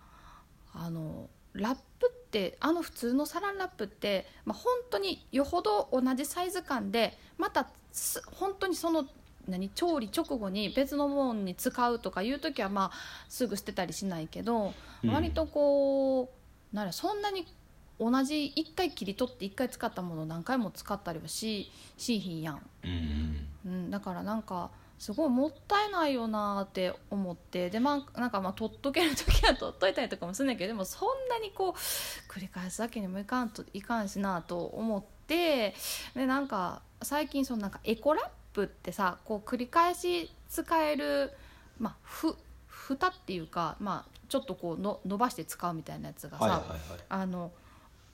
Speaker 2: あのラップってあの普通のサランラップって、まあ、本当によほど同じサイズ感でまたす本当にその何調理直後に別のものに使うとかいう時はまあすぐ捨てたりしないけど、
Speaker 1: うん
Speaker 2: 割とこうならそんなに同じ一回切り取って一回使ったものを何回も使ったりはししいひんやん。
Speaker 1: うんうん
Speaker 2: うん、だからなんかすごいもったいないよなーって思ってで、まあ、なんかまあ取っとける時は取っといたりとかもするんだけどでもそんなにこう繰り返すわけにもいかんといかんしなと思ってでなんか最近そのなんかエコラップってさこう繰り返し使える、まあ、ふ蓋っていうか、まあ、ちょっとこうの伸ばして使うみたいなやつがさ、
Speaker 1: はいはいはい
Speaker 2: あの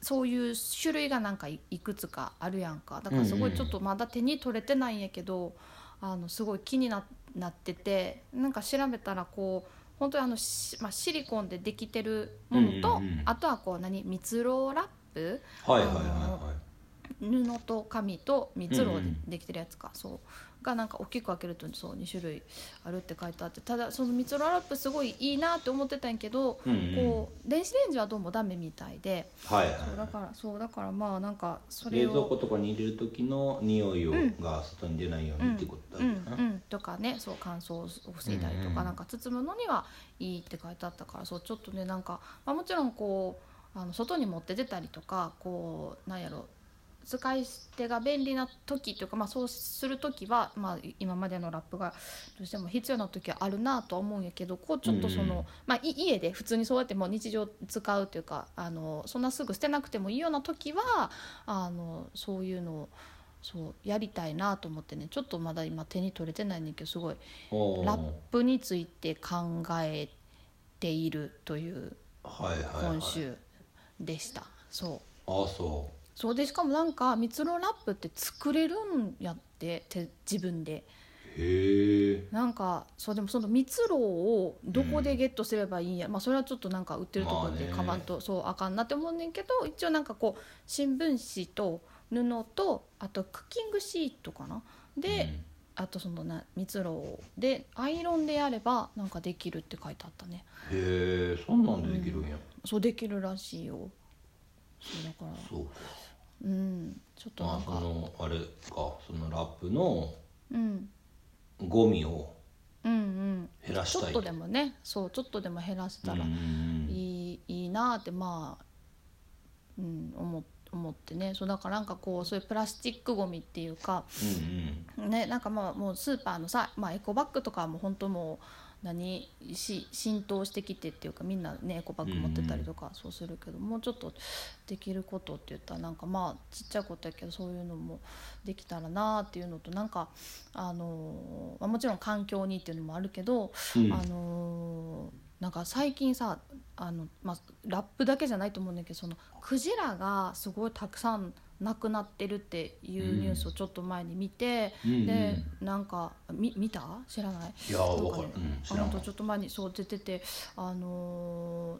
Speaker 2: そういう種類がなんかいいくつかあるやんかだからすご
Speaker 1: うんうんう
Speaker 2: い
Speaker 1: ん
Speaker 2: ちょっとまだ手に取れてないんやけど、あのすごい気にななっててなんか調べたらこう本当にあのし、まあ、シリコンでできてるものと、
Speaker 1: うんうんうん
Speaker 2: あとはこう何蜜ろうラップ
Speaker 1: はいはいはい
Speaker 2: あの
Speaker 1: はい
Speaker 2: 布と紙と蜜ろ
Speaker 1: うんう
Speaker 2: うんでできてるやつか、そうがなんか大きく開けるとそう2種類あるって書いてあってただその蜜ろラップすごいいいなって思ってたんやけど、
Speaker 1: うんうん
Speaker 2: こう電子レンジはどうもダメみたいで
Speaker 1: はい
Speaker 2: そうだ
Speaker 1: は
Speaker 2: からそうだからまあなんかそ
Speaker 1: い冷
Speaker 2: れ
Speaker 1: 蔵
Speaker 2: を
Speaker 1: 庫とかに入れる時の匂いを、
Speaker 2: うん
Speaker 1: が外に出ないよう
Speaker 2: う
Speaker 1: に
Speaker 2: ん
Speaker 1: ってこと
Speaker 2: う
Speaker 1: だ
Speaker 2: ん
Speaker 1: よ
Speaker 2: う
Speaker 1: な、
Speaker 2: ん、とかねそう乾燥を防いだりと
Speaker 1: う
Speaker 2: か、
Speaker 1: んうん
Speaker 2: なんか包むのにはいいって書いてあったからそうちょっとねなんか、まあ、もちろんこうあの外に持って出たりとかこうなんやろ使い捨てが便利な時というか、まあ、そうする時は、まあ、今までのラップがどうしても必要な時はあるなとは思うんやけどこうちょっとその、
Speaker 1: うんうん
Speaker 2: まあ、い家で普通にそうやってもう日常使うというかあのそんなすぐ捨てなくてもいいような時はあのそういうのをそうやりたいなと思ってねちょっとまだ今手に取れてないねんだけどすごい
Speaker 1: おー
Speaker 2: ラップについて考えているという
Speaker 1: はいはい、はい、
Speaker 2: 今週でした。そう
Speaker 1: あそ
Speaker 2: そうでしかもなんか蜜ろラップって作れるんやってて自分で
Speaker 1: うへえ
Speaker 2: なんかそうでもその蜜ろをどこでゲットすればいいんや、まあそれはちょっとなんか売ってるとこで
Speaker 1: まあね
Speaker 2: かまんと、そうあかんなって思うねんけど一応なんかこう新聞紙と布とあとクッキングシートかなで、あとそのな蜜ろでアイロンでやればなんかできるって書いてあったね
Speaker 1: うん、へえそんなんでできるんや、
Speaker 2: そうできるらしいよそうだから
Speaker 1: そうか
Speaker 2: うんちょっとな
Speaker 1: ま
Speaker 2: ん
Speaker 1: あそ
Speaker 2: か
Speaker 1: のあれかそのラップの
Speaker 2: うん
Speaker 1: ゴミを
Speaker 2: うんうん
Speaker 1: 減らし
Speaker 2: ちょ
Speaker 1: た
Speaker 2: っ
Speaker 1: い
Speaker 2: とでもねそうちょっとでも減らせたら
Speaker 1: うんうんうん
Speaker 2: いい,、いいなってまあ、うん、思思ってねそうだからなんかこうそういうプラスチックごみっていうか
Speaker 1: うん
Speaker 2: ねなんかまあもうスーパーのさ、まあ、エコバッグとかはもう本当もう何し浸透してきてっていうかみんなねエコバッグ持ってたりとかそうするけど、もうちょっとできることって言ったらなんかまあちっちゃいことやけどそういうのもできたらなっていうのとなんかあのーまあ、もちろん環境にっていうのもあるけど、
Speaker 1: うん
Speaker 2: あのーなんか最近さあの、まあ、ラップだけじゃないと思うんだけどそのクジラがすごいたくさん亡くなってるっていうニュースをちょっと前に見て、
Speaker 1: うんうん
Speaker 2: でなんかみ見た知らない
Speaker 1: いや
Speaker 2: なん
Speaker 1: わか
Speaker 2: ね
Speaker 1: る、うん、知
Speaker 2: あ
Speaker 1: ら
Speaker 2: の
Speaker 1: ん
Speaker 2: とちょっと前にそう出ててあのー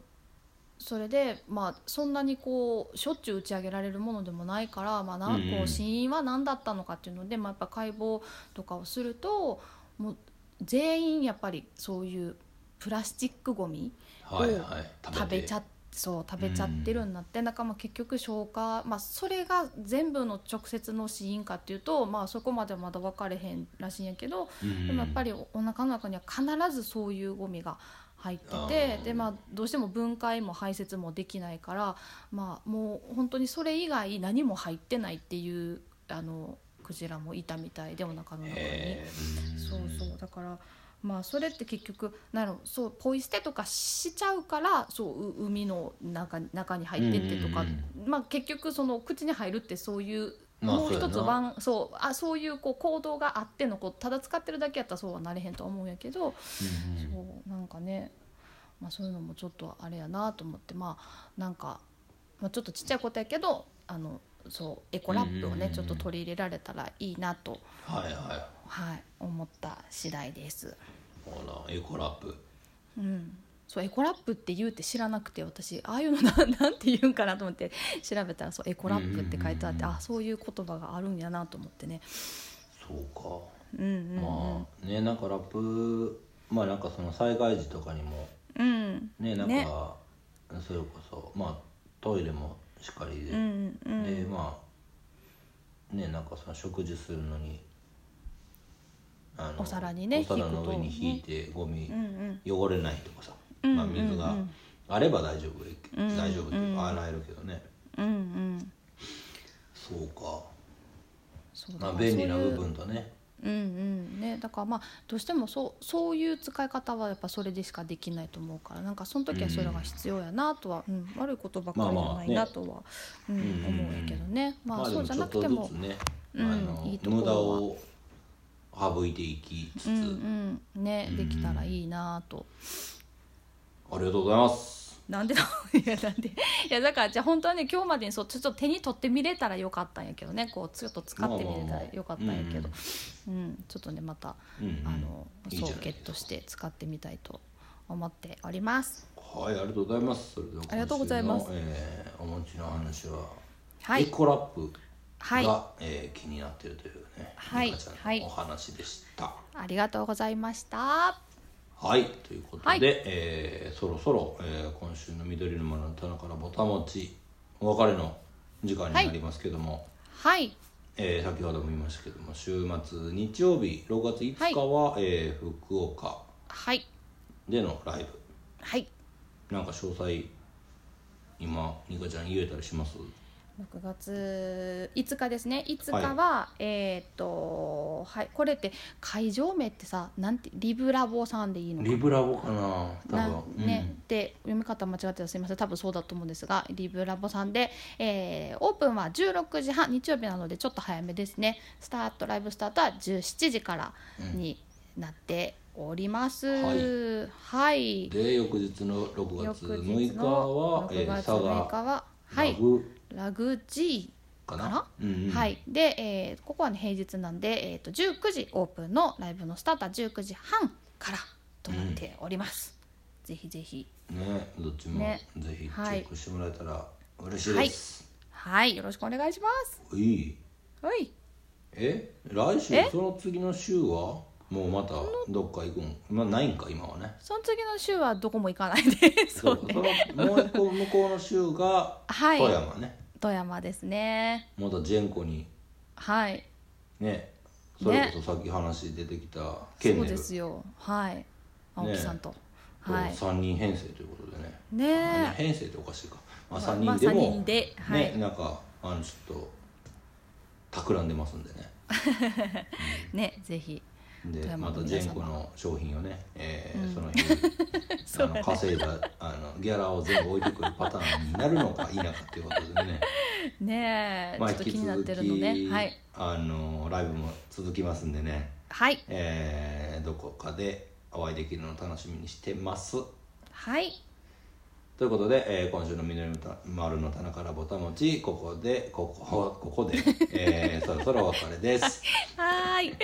Speaker 2: それでまあそんなにこうしょっちゅう打ち上げられるものでもないからまあな
Speaker 1: うんうん
Speaker 2: こう死因は何だったのかっていうのでまあやっぱ解剖とかをするともう全員やっぱりそういうプラスチックごみ
Speaker 1: はいはい
Speaker 2: 食べちゃ
Speaker 1: っ
Speaker 2: っそう食べちゃってるんなって、なんかまあ結局消化、まあ、それが全部の直接の死因かっていうと、まあ、そこまではまだ分かれへんらしいんやけど、
Speaker 1: てうん
Speaker 2: でもやっぱりおお腹の中には必ずそういうゴミが入って
Speaker 1: あ
Speaker 2: て
Speaker 1: ー
Speaker 2: で、まあ、どうしても分解も排泄もできないから、まあ、もう本当にそれ以外何も入ってないっていうあのクジラもいたみたいでお腹の中に。
Speaker 1: へえ
Speaker 2: そうそうだからまあそれって結局なんやろそうポイ捨てとかしちゃうからそうう海の中中に入ってってとか、
Speaker 1: うんうん
Speaker 2: まあ、結局その口に入るってそういう。
Speaker 1: まあ
Speaker 2: もう
Speaker 1: そうや
Speaker 2: 一
Speaker 1: な
Speaker 2: つ番そうあそういうこう行動があってのこうただ使ってるだけやったらそうはなれへんとは思うんやけど、
Speaker 1: うんうん
Speaker 2: そうなんかね、まあ、そういうのもちょっとあれやなと思ってまあなんか、まあ、ちょっとちっちゃいことやけどあのそうエコラップを
Speaker 1: うんうんうんう
Speaker 2: ね
Speaker 1: ん
Speaker 2: ちょっと取り入れられたらいいなと
Speaker 1: はいは
Speaker 2: はい、思った次第です。
Speaker 1: いほらエコラップ
Speaker 2: うん、そうエコラップって言うって知らなくて私ああいうの ななんて言うんかなと思って調べたらそうエコラップって書いてあ
Speaker 1: う
Speaker 2: って、
Speaker 1: んうんうんうん
Speaker 2: あそういう言葉があるんやなと思ってね。
Speaker 1: そうか、
Speaker 2: うんうんうん、
Speaker 1: まあねなんかラップまあなんかその災害時とかにも
Speaker 2: うん、
Speaker 1: ねなんか、
Speaker 2: ね
Speaker 1: それこそまあトイレもしっかりで、
Speaker 2: うんうん
Speaker 1: でまあねなんかその食事するのにあの
Speaker 2: お皿にね
Speaker 1: お皿の
Speaker 2: 敷くと
Speaker 1: 上に引いてゴミ
Speaker 2: うんうん
Speaker 1: 汚れないとかさ、
Speaker 2: うん
Speaker 1: まあ、水
Speaker 2: う
Speaker 1: が
Speaker 2: んうん
Speaker 1: あれば大丈夫、
Speaker 2: うん
Speaker 1: 大丈夫っていうか
Speaker 2: うん
Speaker 1: 洗えるけどね、
Speaker 2: うんうん
Speaker 1: そうか、
Speaker 2: そう
Speaker 1: まあ、
Speaker 2: だから
Speaker 1: 便利な
Speaker 2: そうい
Speaker 1: 部
Speaker 2: う
Speaker 1: 分とね
Speaker 2: うんうんね、だからまあどうしてもそうそういう使い方はやっぱそれでしかできないと思うからなんかその時はそれが必要やなとは、うん悪いことばっかりじゃない
Speaker 1: まあまあ
Speaker 2: な
Speaker 1: ね
Speaker 2: とは、うん
Speaker 1: うんうん
Speaker 2: 思うんやけどね、まあ、
Speaker 1: で
Speaker 2: そ
Speaker 1: も
Speaker 2: うじゃ
Speaker 1: ちょ
Speaker 2: な
Speaker 1: っ
Speaker 2: く
Speaker 1: と
Speaker 2: ても
Speaker 1: ずつね、
Speaker 2: うん
Speaker 1: あの
Speaker 2: いいところ
Speaker 1: 無駄
Speaker 2: は
Speaker 1: を省いていきつつ、
Speaker 2: うんうんね
Speaker 1: うん
Speaker 2: できたらいいなと。
Speaker 1: ありがとうございます
Speaker 2: なんでだ いやなんでいやだからじゃあ本当はね今日までにそうちょっと手に取ってみれたらよかったんやけどねこうちょっと使ってみれたらよかったんやけど、うん、ちょっとねまた、
Speaker 1: うんうん
Speaker 2: あの
Speaker 1: いいじゃ
Speaker 2: そ
Speaker 1: ないう
Speaker 2: ゲットして使ってみたいと思っております。
Speaker 1: はいありがとうございますそれでは今週の
Speaker 2: ありがとうございます
Speaker 1: えーお持ちの話は、
Speaker 2: はい
Speaker 1: エコラップ
Speaker 2: はい
Speaker 1: が、えー気になってるというね、
Speaker 2: はい
Speaker 1: ゆかちゃんの
Speaker 2: はい
Speaker 1: お話でした。
Speaker 2: ありがとうございました
Speaker 1: はい、ということで、
Speaker 2: はい
Speaker 1: えーそろそろ、えー今週の緑の丸の棚からぼたもちお別れの時間になりますけども、
Speaker 2: はい
Speaker 1: えー先ほども言いましたけども週末日曜日6月5日は、えー福岡
Speaker 2: はい
Speaker 1: でのライ
Speaker 2: はい
Speaker 1: ブなんか詳細今ニカちゃん言えたりします
Speaker 2: 6月5日ですね5日は、えーっとはいこれって会場名ってさなんてリブラボさんでいいのかな
Speaker 1: リブラボかな
Speaker 2: な
Speaker 1: 多分
Speaker 2: ね、で読み方間違ってたらすみません多分そうだと思うんですがリブラボさんで、えーオープンは16時半日曜日なのでちょっと早めですねスタートライブスタートは17時からになっております、は
Speaker 1: う
Speaker 2: い
Speaker 1: ん、で翌日の6月
Speaker 2: 翌
Speaker 1: 6
Speaker 2: 日
Speaker 1: 日は
Speaker 2: の、
Speaker 1: えー
Speaker 2: 6月
Speaker 1: 佐賀
Speaker 2: 6日は、は
Speaker 1: ラ
Speaker 2: い
Speaker 1: グ
Speaker 2: ラグジー
Speaker 1: かな,、
Speaker 2: かな
Speaker 1: うんうん
Speaker 2: はい、で、えーここは、ね、平日なんで、えー、と19時オープンのライブのスタートは19時半からとなっております、ぜひぜひ
Speaker 1: ねどっちも、
Speaker 2: ね
Speaker 1: ぜひチェ
Speaker 2: はい
Speaker 1: ックしてもらえたら嬉しいです、
Speaker 2: はいよろしくお願いします
Speaker 1: い、い
Speaker 2: はい
Speaker 1: え来週
Speaker 2: え
Speaker 1: その次の週はもうまたどっか行くん、まあ、ないんか今はね
Speaker 2: その次の週はどこも行かないで そうね
Speaker 1: そのもう一個向こうの州が
Speaker 2: はい
Speaker 1: 富山ね、
Speaker 2: 富山ですね
Speaker 1: またジェンコに
Speaker 2: はい
Speaker 1: ねそれこそさっき話出てきたケン
Speaker 2: そう
Speaker 1: ネル、
Speaker 2: ですよはい青木さんと、はい
Speaker 1: 3人編成ということでね
Speaker 2: ね
Speaker 1: まあ
Speaker 2: え
Speaker 1: 編成っておかしいか、まあ、
Speaker 2: ま
Speaker 1: 3人
Speaker 2: あ
Speaker 1: でも、
Speaker 2: まあ三人ではい
Speaker 1: ねなんかあのちょっと企んでますんでね
Speaker 2: ねぜひ富
Speaker 1: で
Speaker 2: 山
Speaker 1: ま
Speaker 2: の
Speaker 1: たジ
Speaker 2: 皆様
Speaker 1: ェンコの商品をね、えー
Speaker 2: うん
Speaker 1: その 日あの稼いだあのギャラを全部置いてくるパターンになるのか否かっていうことでね、
Speaker 2: ねえ、
Speaker 1: まあ、
Speaker 2: ちょっ
Speaker 1: 引
Speaker 2: と
Speaker 1: き
Speaker 2: 気になっ
Speaker 1: 続き
Speaker 2: てるのねはい
Speaker 1: あのライブも続きますんでね、
Speaker 2: はい
Speaker 1: えーどこかでお会いできるのを楽しみにしてます。
Speaker 2: はい
Speaker 1: ということで、えー今週の「緑のた丸の棚からぼたもち」ここでここここで、えー そろそろお別れです、
Speaker 2: はーい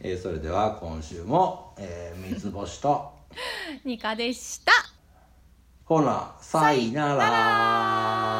Speaker 1: えーそれでは今週も、えー、三つ星と
Speaker 2: ニカでした
Speaker 1: ほなさいなら